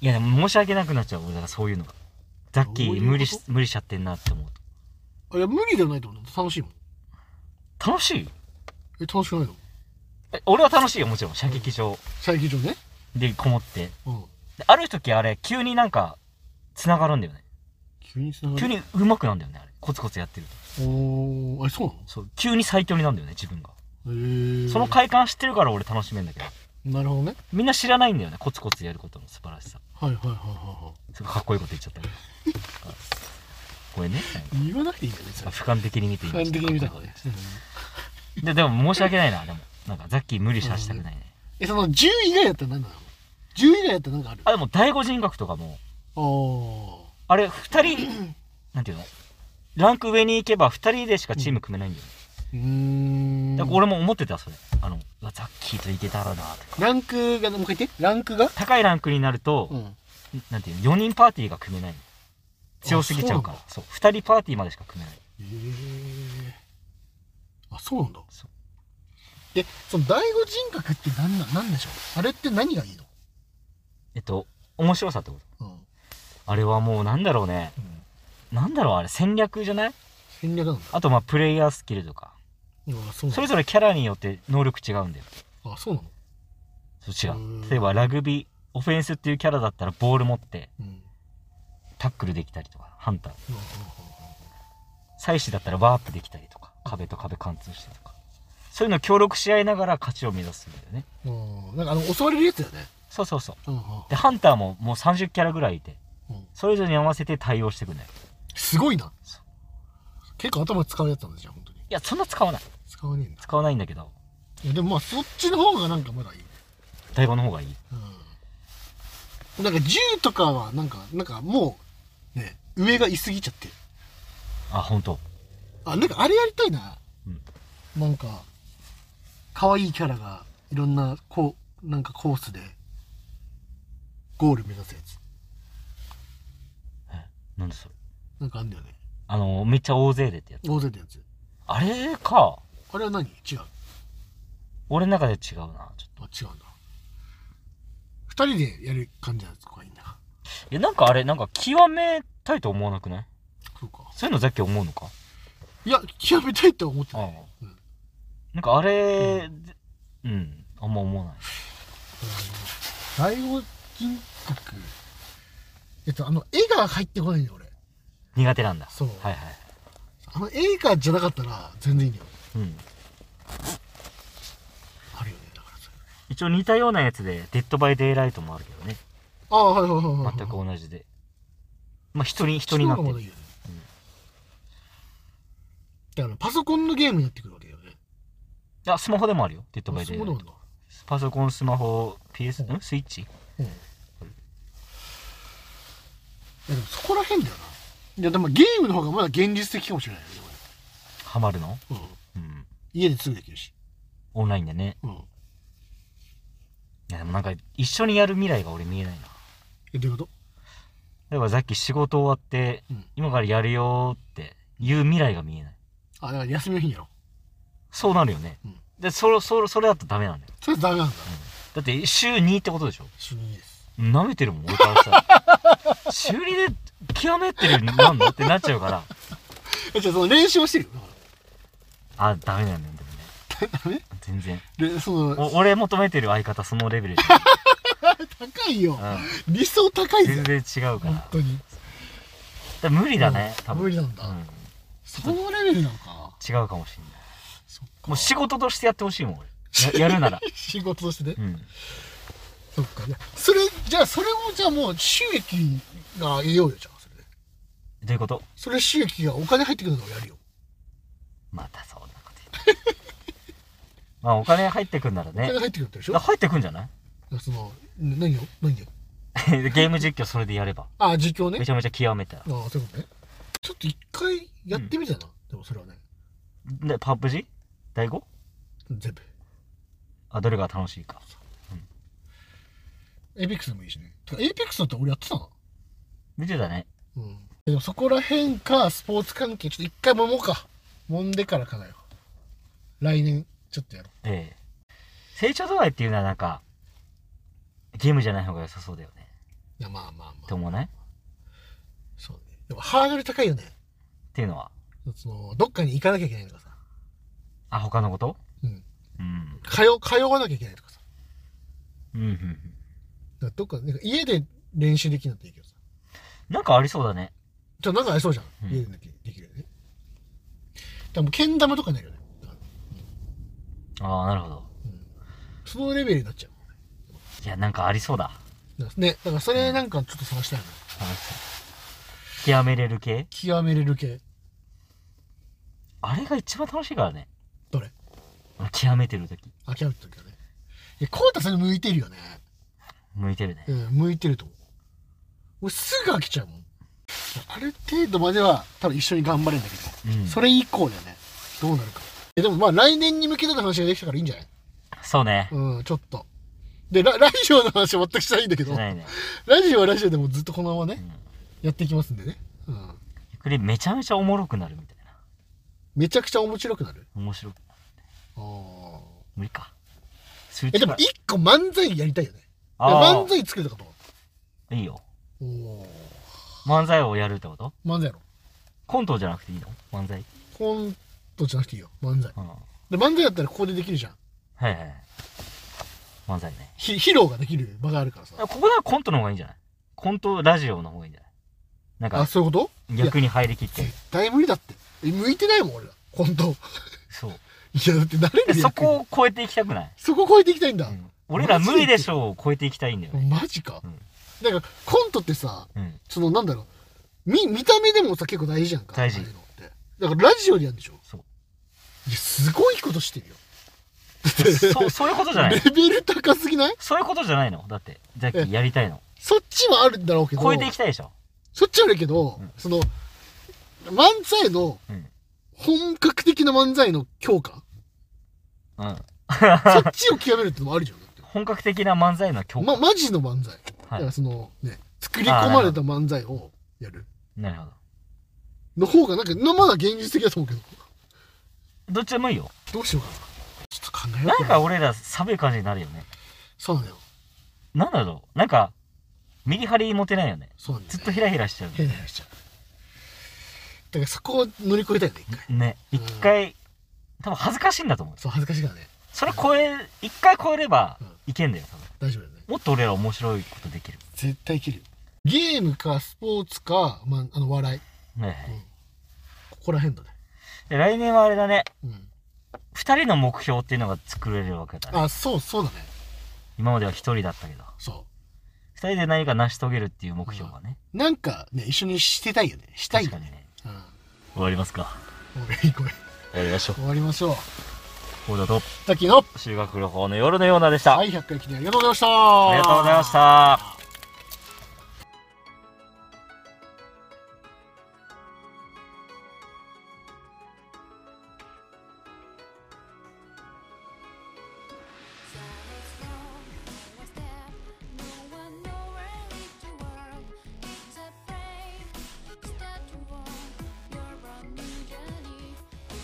[SPEAKER 2] いやでも申し訳なくなっちゃう俺だからそういうのがザッキ
[SPEAKER 1] どういうこ
[SPEAKER 2] ー
[SPEAKER 1] と
[SPEAKER 2] 無理し無理しちゃってんなって思う
[SPEAKER 1] あいや無理ではないと思う楽しいもん
[SPEAKER 2] と楽しい
[SPEAKER 1] え楽しくないと思う
[SPEAKER 2] え俺は楽しいよもちろん射撃場
[SPEAKER 1] 射撃場ね
[SPEAKER 2] でこもって
[SPEAKER 1] うん
[SPEAKER 2] である時あれ急になんか繋がるんだよね
[SPEAKER 1] 急につながる
[SPEAKER 2] 急に上手くなんだよねあれコツコツやってると
[SPEAKER 1] おーあれそうなの
[SPEAKER 2] そう急に最強になるんだよね自分が
[SPEAKER 1] へー
[SPEAKER 2] その快感知ってるから俺楽しめんだけど
[SPEAKER 1] なるほどね
[SPEAKER 2] みんな知らないんだよねコツコツやることの素晴らしさ
[SPEAKER 1] はいはいはいはいは
[SPEAKER 2] すごいかっこいいこと言っちゃったけど あごめんね
[SPEAKER 1] い言わなくていいんだねそれ
[SPEAKER 2] 俯瞰的に見てい
[SPEAKER 1] 俯瞰的に見たからね、うん
[SPEAKER 2] ででも申し訳ないなでもなんかザッキー無理しはしたくないね、
[SPEAKER 1] えその10以外やったら何なの10以外やったら何かある
[SPEAKER 2] あでも第五人格とかも
[SPEAKER 1] あー
[SPEAKER 2] あれ二 人なんていうのランク上に行けば二人でしかチーム組めないんだよね、
[SPEAKER 1] うーん
[SPEAKER 2] だから俺も思ってたそれあのうわザッキーといけたらなとか
[SPEAKER 1] ランクがもう一回言ってランクが
[SPEAKER 2] 高いランクになると、
[SPEAKER 1] ん
[SPEAKER 2] なんていうの4人パーティーが組めない強すぎちゃうからそう二2人パーティーまでしか組めない
[SPEAKER 1] ええあそうなんだ
[SPEAKER 2] そう
[SPEAKER 1] でその第五人格って何なんなんでしょうあれって何がいいの
[SPEAKER 2] えっと面白さってこと
[SPEAKER 1] うん、
[SPEAKER 2] あれはもうなんだろうねなんだろうあれ戦略じゃない
[SPEAKER 1] 戦略なんだ
[SPEAKER 2] あとまあプレイヤースキルとか
[SPEAKER 1] あそうな
[SPEAKER 2] それ
[SPEAKER 1] の
[SPEAKER 2] ぞれキャラによって能力違うんだよ
[SPEAKER 1] あそうなの
[SPEAKER 2] そう違
[SPEAKER 1] う
[SPEAKER 2] うん例えばラグビーオフェンスっていうキャラだったらボール持って
[SPEAKER 1] うん
[SPEAKER 2] タックルできたりとかハンター
[SPEAKER 1] うんうん
[SPEAKER 2] 祭司だったらワープできたりとか壁と壁貫通してとかそういうのを協力し合いながら勝ちを目指すんだよね
[SPEAKER 1] うんうんなんかあの襲われるやつだよね
[SPEAKER 2] そうそうそう
[SPEAKER 1] うんうん
[SPEAKER 2] でハンターももう30キャラぐらいいて
[SPEAKER 1] うん
[SPEAKER 2] それぞれに合わせて対応してくんだよ
[SPEAKER 1] すごいな
[SPEAKER 2] そう
[SPEAKER 1] 結構頭使うやつなんだじゃん本当に
[SPEAKER 2] いやそんな使わない
[SPEAKER 1] 使わねえんだ
[SPEAKER 2] 使わないんだけど
[SPEAKER 1] いやでもまあそっちの方がなんかまだいい
[SPEAKER 2] 第5の方がいい
[SPEAKER 1] うんなんか銃とかはなんかなんかもうね上がいすぎちゃって
[SPEAKER 2] あ本当
[SPEAKER 1] あなんかあれやりたいな
[SPEAKER 2] うん
[SPEAKER 1] なんか可愛いキャラがいろんなこうなんかコースでゴール目指すやつ
[SPEAKER 2] えなんでそれ
[SPEAKER 1] なんかあんだよね
[SPEAKER 2] あのめっちゃ大勢でってやつ
[SPEAKER 1] 大勢のやつ
[SPEAKER 2] あれか
[SPEAKER 1] あれは何違う
[SPEAKER 2] 俺の中で違うなちょっ
[SPEAKER 1] あ違うんだ二人でやる感じのやつとかいいんだ
[SPEAKER 2] といやなんかあれなんか極めたいと思わなくない
[SPEAKER 1] そうか
[SPEAKER 2] そういうのザッキー思うのか
[SPEAKER 1] いや極めたいって思って
[SPEAKER 2] あ
[SPEAKER 1] ない
[SPEAKER 2] あ
[SPEAKER 1] うん
[SPEAKER 2] なんかあれうん、あんま思わない
[SPEAKER 1] 第五人格えっとあの絵が入ってこないんだよ俺
[SPEAKER 2] 苦手なんだ
[SPEAKER 1] そう
[SPEAKER 2] はいはい
[SPEAKER 1] あの映画じゃなかったら全然いいよ
[SPEAKER 2] うん
[SPEAKER 1] あるよねだからそれ
[SPEAKER 2] 一応似たようなやつで「デッド・バイ・デイ・ライト」もあるけどね
[SPEAKER 1] ああはいはいはいはい
[SPEAKER 2] 全く同じでまあ人に人になっ
[SPEAKER 1] そっちの方がまだい
[SPEAKER 2] て
[SPEAKER 1] い
[SPEAKER 2] る
[SPEAKER 1] よね
[SPEAKER 2] うん
[SPEAKER 1] だからパソコンのゲームになってくるわけだよね
[SPEAKER 2] あスマホでもあるよデッド・バ
[SPEAKER 1] あ
[SPEAKER 2] イ・
[SPEAKER 1] そ
[SPEAKER 2] デ
[SPEAKER 1] う
[SPEAKER 2] イ・
[SPEAKER 1] な
[SPEAKER 2] ライ
[SPEAKER 1] ん
[SPEAKER 2] ト
[SPEAKER 1] だ
[SPEAKER 2] パソコンスマホ PS んスイッチ
[SPEAKER 1] うんいやでもそこら辺だよないやでもゲームの方がまだ現実的かもしれないよね
[SPEAKER 2] ハマるの
[SPEAKER 1] これ、うん、
[SPEAKER 2] うん
[SPEAKER 1] 家ですぐできるし
[SPEAKER 2] オンラインでね
[SPEAKER 1] うん
[SPEAKER 2] いやでもなんか一緒にやる未来が俺見えないな
[SPEAKER 1] えどういうこと
[SPEAKER 2] 例えばさっき仕事終わって、
[SPEAKER 1] うん
[SPEAKER 2] 今からやるよーって言う未来が見えない
[SPEAKER 1] あだから休みの日にやろ
[SPEAKER 2] そうなるよね、
[SPEAKER 1] うん
[SPEAKER 2] でそれそれそれだとダメなんだよ
[SPEAKER 1] うそれダメなんだ
[SPEAKER 2] だって週2ってことでしょ
[SPEAKER 1] 主任です
[SPEAKER 2] 舐めてるもん俺からしたら 週2で極めてるになんのってなっちゃうから
[SPEAKER 1] えじゃあその練習をしてるよだか
[SPEAKER 2] あダメなんだよでもね
[SPEAKER 1] らダメ
[SPEAKER 2] 全然
[SPEAKER 1] でその
[SPEAKER 2] お俺求めてる相方そのレベルじゃ
[SPEAKER 1] 高いよ
[SPEAKER 2] ない、 うん
[SPEAKER 1] 理想高いぜ
[SPEAKER 2] 全然違うか
[SPEAKER 1] 本
[SPEAKER 2] らだか
[SPEAKER 1] 当に
[SPEAKER 2] ら無理だね多分
[SPEAKER 1] 無理なんだ、
[SPEAKER 2] うん
[SPEAKER 1] そのレベルなのか
[SPEAKER 2] 違うかもしれない
[SPEAKER 1] そっか
[SPEAKER 2] もう仕事としてやってほしいもん 俺ややるなら
[SPEAKER 1] 仕事としてね、
[SPEAKER 2] うん
[SPEAKER 1] そっかねそれじゃあそれをじゃあもう収益が得ようよじゃあそれで
[SPEAKER 2] どういうこと
[SPEAKER 1] それ収益がお金入ってくるのをやるよ
[SPEAKER 2] またそんなこと言って まあお金入ってくんなら
[SPEAKER 1] お
[SPEAKER 2] ね
[SPEAKER 1] 金入ってくるってでしょ
[SPEAKER 2] 入ってくんじゃない
[SPEAKER 1] そのね何よ何よ
[SPEAKER 2] ゲーム実況それ でやれば
[SPEAKER 1] あ実況ね
[SPEAKER 2] めちゃめちゃ極めた
[SPEAKER 1] あ
[SPEAKER 2] ら
[SPEAKER 1] あそういうことねちょっと一回やってみたいな、でもそれはね
[SPEAKER 2] でパブジ第 5?
[SPEAKER 1] 全部
[SPEAKER 2] あどれが楽しいか
[SPEAKER 1] エイペックスでもいいしねてかエイペックスだって俺やってたな
[SPEAKER 2] 見てたね
[SPEAKER 1] うんでもそこら辺かスポーツ関係ちょっと一回揉もうか揉んでからかなよ来年ちょっとやろ
[SPEAKER 2] ええ成長度合いっていうのはなんかゲームじゃない方が良さそうだよね
[SPEAKER 1] ういやまあまあ
[SPEAKER 2] っ
[SPEAKER 1] ま
[SPEAKER 2] て
[SPEAKER 1] あ
[SPEAKER 2] 思わないっ
[SPEAKER 1] そうねでもハードル高いよね
[SPEAKER 2] ていうのは
[SPEAKER 1] そのどっかに行かなきゃいけないとかさ
[SPEAKER 2] あ他のこと
[SPEAKER 1] うん
[SPEAKER 2] うん
[SPEAKER 1] 通通わなきゃいけないとかさ
[SPEAKER 2] うんうんうん
[SPEAKER 1] だからどっかなんか家で練習できるのっていいけどさ
[SPEAKER 2] なんかありそうだね
[SPEAKER 1] ちょっとなんかありそうじゃん、
[SPEAKER 2] うん
[SPEAKER 1] 家でできできるよねでもけん玉とかになるよねだから
[SPEAKER 2] ああなるほど
[SPEAKER 1] そのレベルになっちゃう
[SPEAKER 2] いやなんかありそうだ
[SPEAKER 1] だからねだからそれなんかちょっと探したいな
[SPEAKER 2] 楽しそう極めれる系
[SPEAKER 1] 極めれる系
[SPEAKER 2] あれが一番楽しいからね
[SPEAKER 1] どれ
[SPEAKER 2] 極めてる時
[SPEAKER 1] 諦めてるけどねいやコウタそれ向いてるよね
[SPEAKER 2] 向いてるね
[SPEAKER 1] うん向いてると思う俺すぐ飽きちゃうもんある程度までは多分一緒に頑張れるんだけど、
[SPEAKER 2] うん
[SPEAKER 1] それ以降だよねどうなるかえでもまあ来年に向けての話ができたからいいんじゃない
[SPEAKER 2] そうね
[SPEAKER 1] うんちょっとでララジオの話は全くしたいんだけ
[SPEAKER 2] し
[SPEAKER 1] ど
[SPEAKER 2] ないね
[SPEAKER 1] ラジオはラジオでもずっとこのままね、
[SPEAKER 2] ん
[SPEAKER 1] やっていきますんでね、うん、
[SPEAKER 2] ゆっくりめちゃめちゃおもろくなるみたいな
[SPEAKER 1] めちゃくちゃ面白くなる
[SPEAKER 2] 面白く
[SPEAKER 1] あー
[SPEAKER 2] 無理かする
[SPEAKER 1] えでも
[SPEAKER 2] 力
[SPEAKER 1] 一個漫才やりたいよね
[SPEAKER 2] あー
[SPEAKER 1] 漫才作るとかど
[SPEAKER 2] いいよ
[SPEAKER 1] うおー
[SPEAKER 2] 漫才をやるってこと
[SPEAKER 1] 漫才やろ
[SPEAKER 2] コントじゃなくていいの漫才
[SPEAKER 1] コントじゃなくていいよ漫才
[SPEAKER 2] うんはい
[SPEAKER 1] で漫才だったらここでできるじゃん
[SPEAKER 2] はいはい漫才ね
[SPEAKER 1] ひ披露ができる場があるからさ
[SPEAKER 2] あここならコントの方がいいんじゃないコントラジオの方がいいんじゃないなん
[SPEAKER 1] あ
[SPEAKER 2] か
[SPEAKER 1] そういうこと
[SPEAKER 2] 逆に入りきって
[SPEAKER 1] 絶対無理だってえ向いてないもん俺らコント
[SPEAKER 2] そう
[SPEAKER 1] いやだって慣れ
[SPEAKER 2] え
[SPEAKER 1] る
[SPEAKER 2] そこを超えていきたくない、
[SPEAKER 1] そこ超えていきたいんだ
[SPEAKER 2] う、ん、俺ら無理でしょうを超えていきたいんだよね
[SPEAKER 1] マジか、
[SPEAKER 2] うん
[SPEAKER 1] だからコントってさ
[SPEAKER 2] うん
[SPEAKER 1] そのなんだろうみ見た目でもさ結構大事じゃんか
[SPEAKER 2] 大事
[SPEAKER 1] ああいうのってだからラジオでやるんでしょ
[SPEAKER 2] そう
[SPEAKER 1] いやすごいことしてるよ
[SPEAKER 2] そう そういうことじゃない
[SPEAKER 1] レベル高すぎない
[SPEAKER 2] そういうことじゃないのだって、ザッキーやりたいの。
[SPEAKER 1] そっちもあるんだろうけど
[SPEAKER 2] 超えていきたいでしょ。
[SPEAKER 1] そっちはあるけど、
[SPEAKER 2] うん
[SPEAKER 1] その漫才の
[SPEAKER 2] うん。
[SPEAKER 1] 本格的な漫才の強 化
[SPEAKER 2] うん。
[SPEAKER 1] そっちを極めるってのもあるじゃんだって
[SPEAKER 2] 本格的な漫才の強化。
[SPEAKER 1] ま、マジの漫才、だ
[SPEAKER 2] は
[SPEAKER 1] から
[SPEAKER 2] い。
[SPEAKER 1] そのね作り込まれた漫才をやる
[SPEAKER 2] なるほど。
[SPEAKER 1] の方がなんかのまだ現実的だと思うけど
[SPEAKER 2] どっちでもいいよ。
[SPEAKER 1] どうしようかなちょっと考えよ
[SPEAKER 2] な
[SPEAKER 1] うん
[SPEAKER 2] か俺ら寒い感じになるよね。
[SPEAKER 1] そうなのよ
[SPEAKER 2] なんだろう。なんか、メリハリ持てないよね。
[SPEAKER 1] そうなんだよね
[SPEAKER 2] ずっとヒラヒラしちゃ
[SPEAKER 1] 変な話しちゃうだからそこを乗り越えたいんだ一回
[SPEAKER 2] う。ね。一回、多分恥ずかしいんだと思う。
[SPEAKER 1] そう恥ずかしいからね
[SPEAKER 2] それ超え、一回超えれば
[SPEAKER 1] うん
[SPEAKER 2] いけんだよ、多分。
[SPEAKER 1] 大丈夫だよね
[SPEAKER 2] もっと俺ら面白いことできる。
[SPEAKER 1] 絶対切るよゲームかスポーツか、まあ、あの笑い
[SPEAKER 2] ね
[SPEAKER 1] ここら辺だね
[SPEAKER 2] で来年はあれだね。
[SPEAKER 1] うん
[SPEAKER 2] 二人の目標っていうのが作れるわけだね。
[SPEAKER 1] あそうそうだね
[SPEAKER 2] 今までは一人だったけど。
[SPEAKER 1] そ
[SPEAKER 2] 二人で何か成し遂げるっていう目標がね。
[SPEAKER 1] うなんかね一緒にしてたいよねしたい
[SPEAKER 2] 確か
[SPEAKER 1] よ
[SPEAKER 2] に
[SPEAKER 1] ね
[SPEAKER 2] ね。
[SPEAKER 1] うん
[SPEAKER 2] 終わりますか。
[SPEAKER 1] ごめんごめん
[SPEAKER 2] 終わりましょう。
[SPEAKER 1] 終わりましょう
[SPEAKER 2] こうだと、
[SPEAKER 1] 滝の
[SPEAKER 2] 修学旅行の夜のようなでした。
[SPEAKER 1] はい100回記念ありがとうございました
[SPEAKER 2] ありがとうございました。
[SPEAKER 3] Choose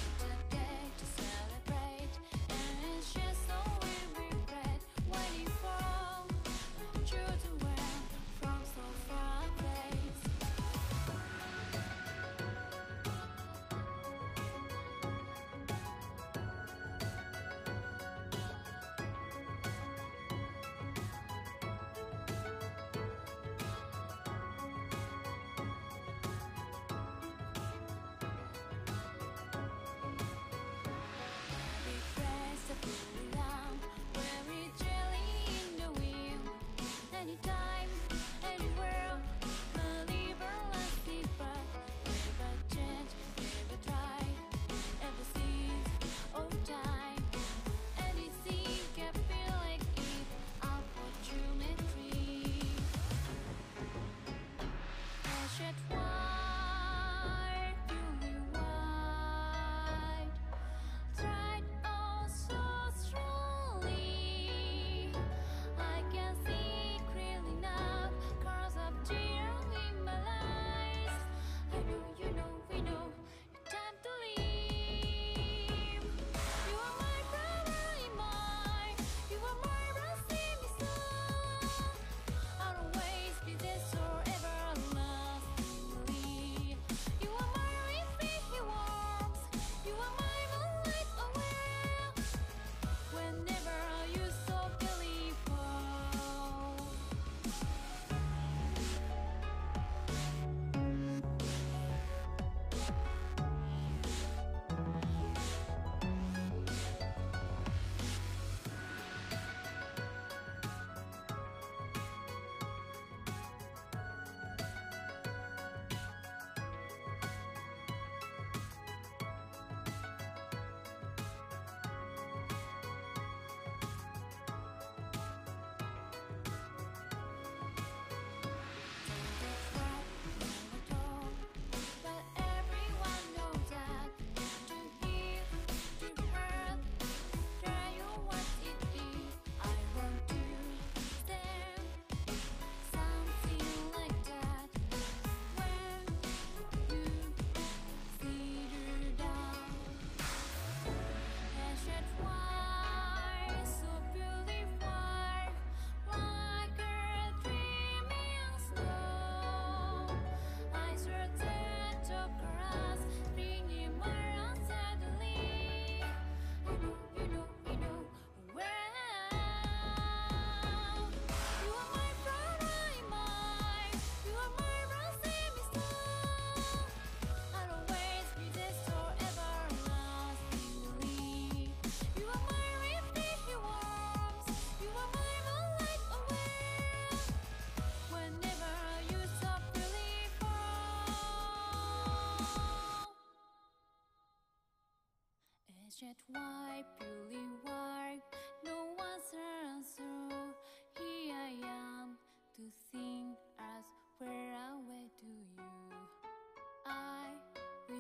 [SPEAKER 3] the way.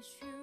[SPEAKER 3] 週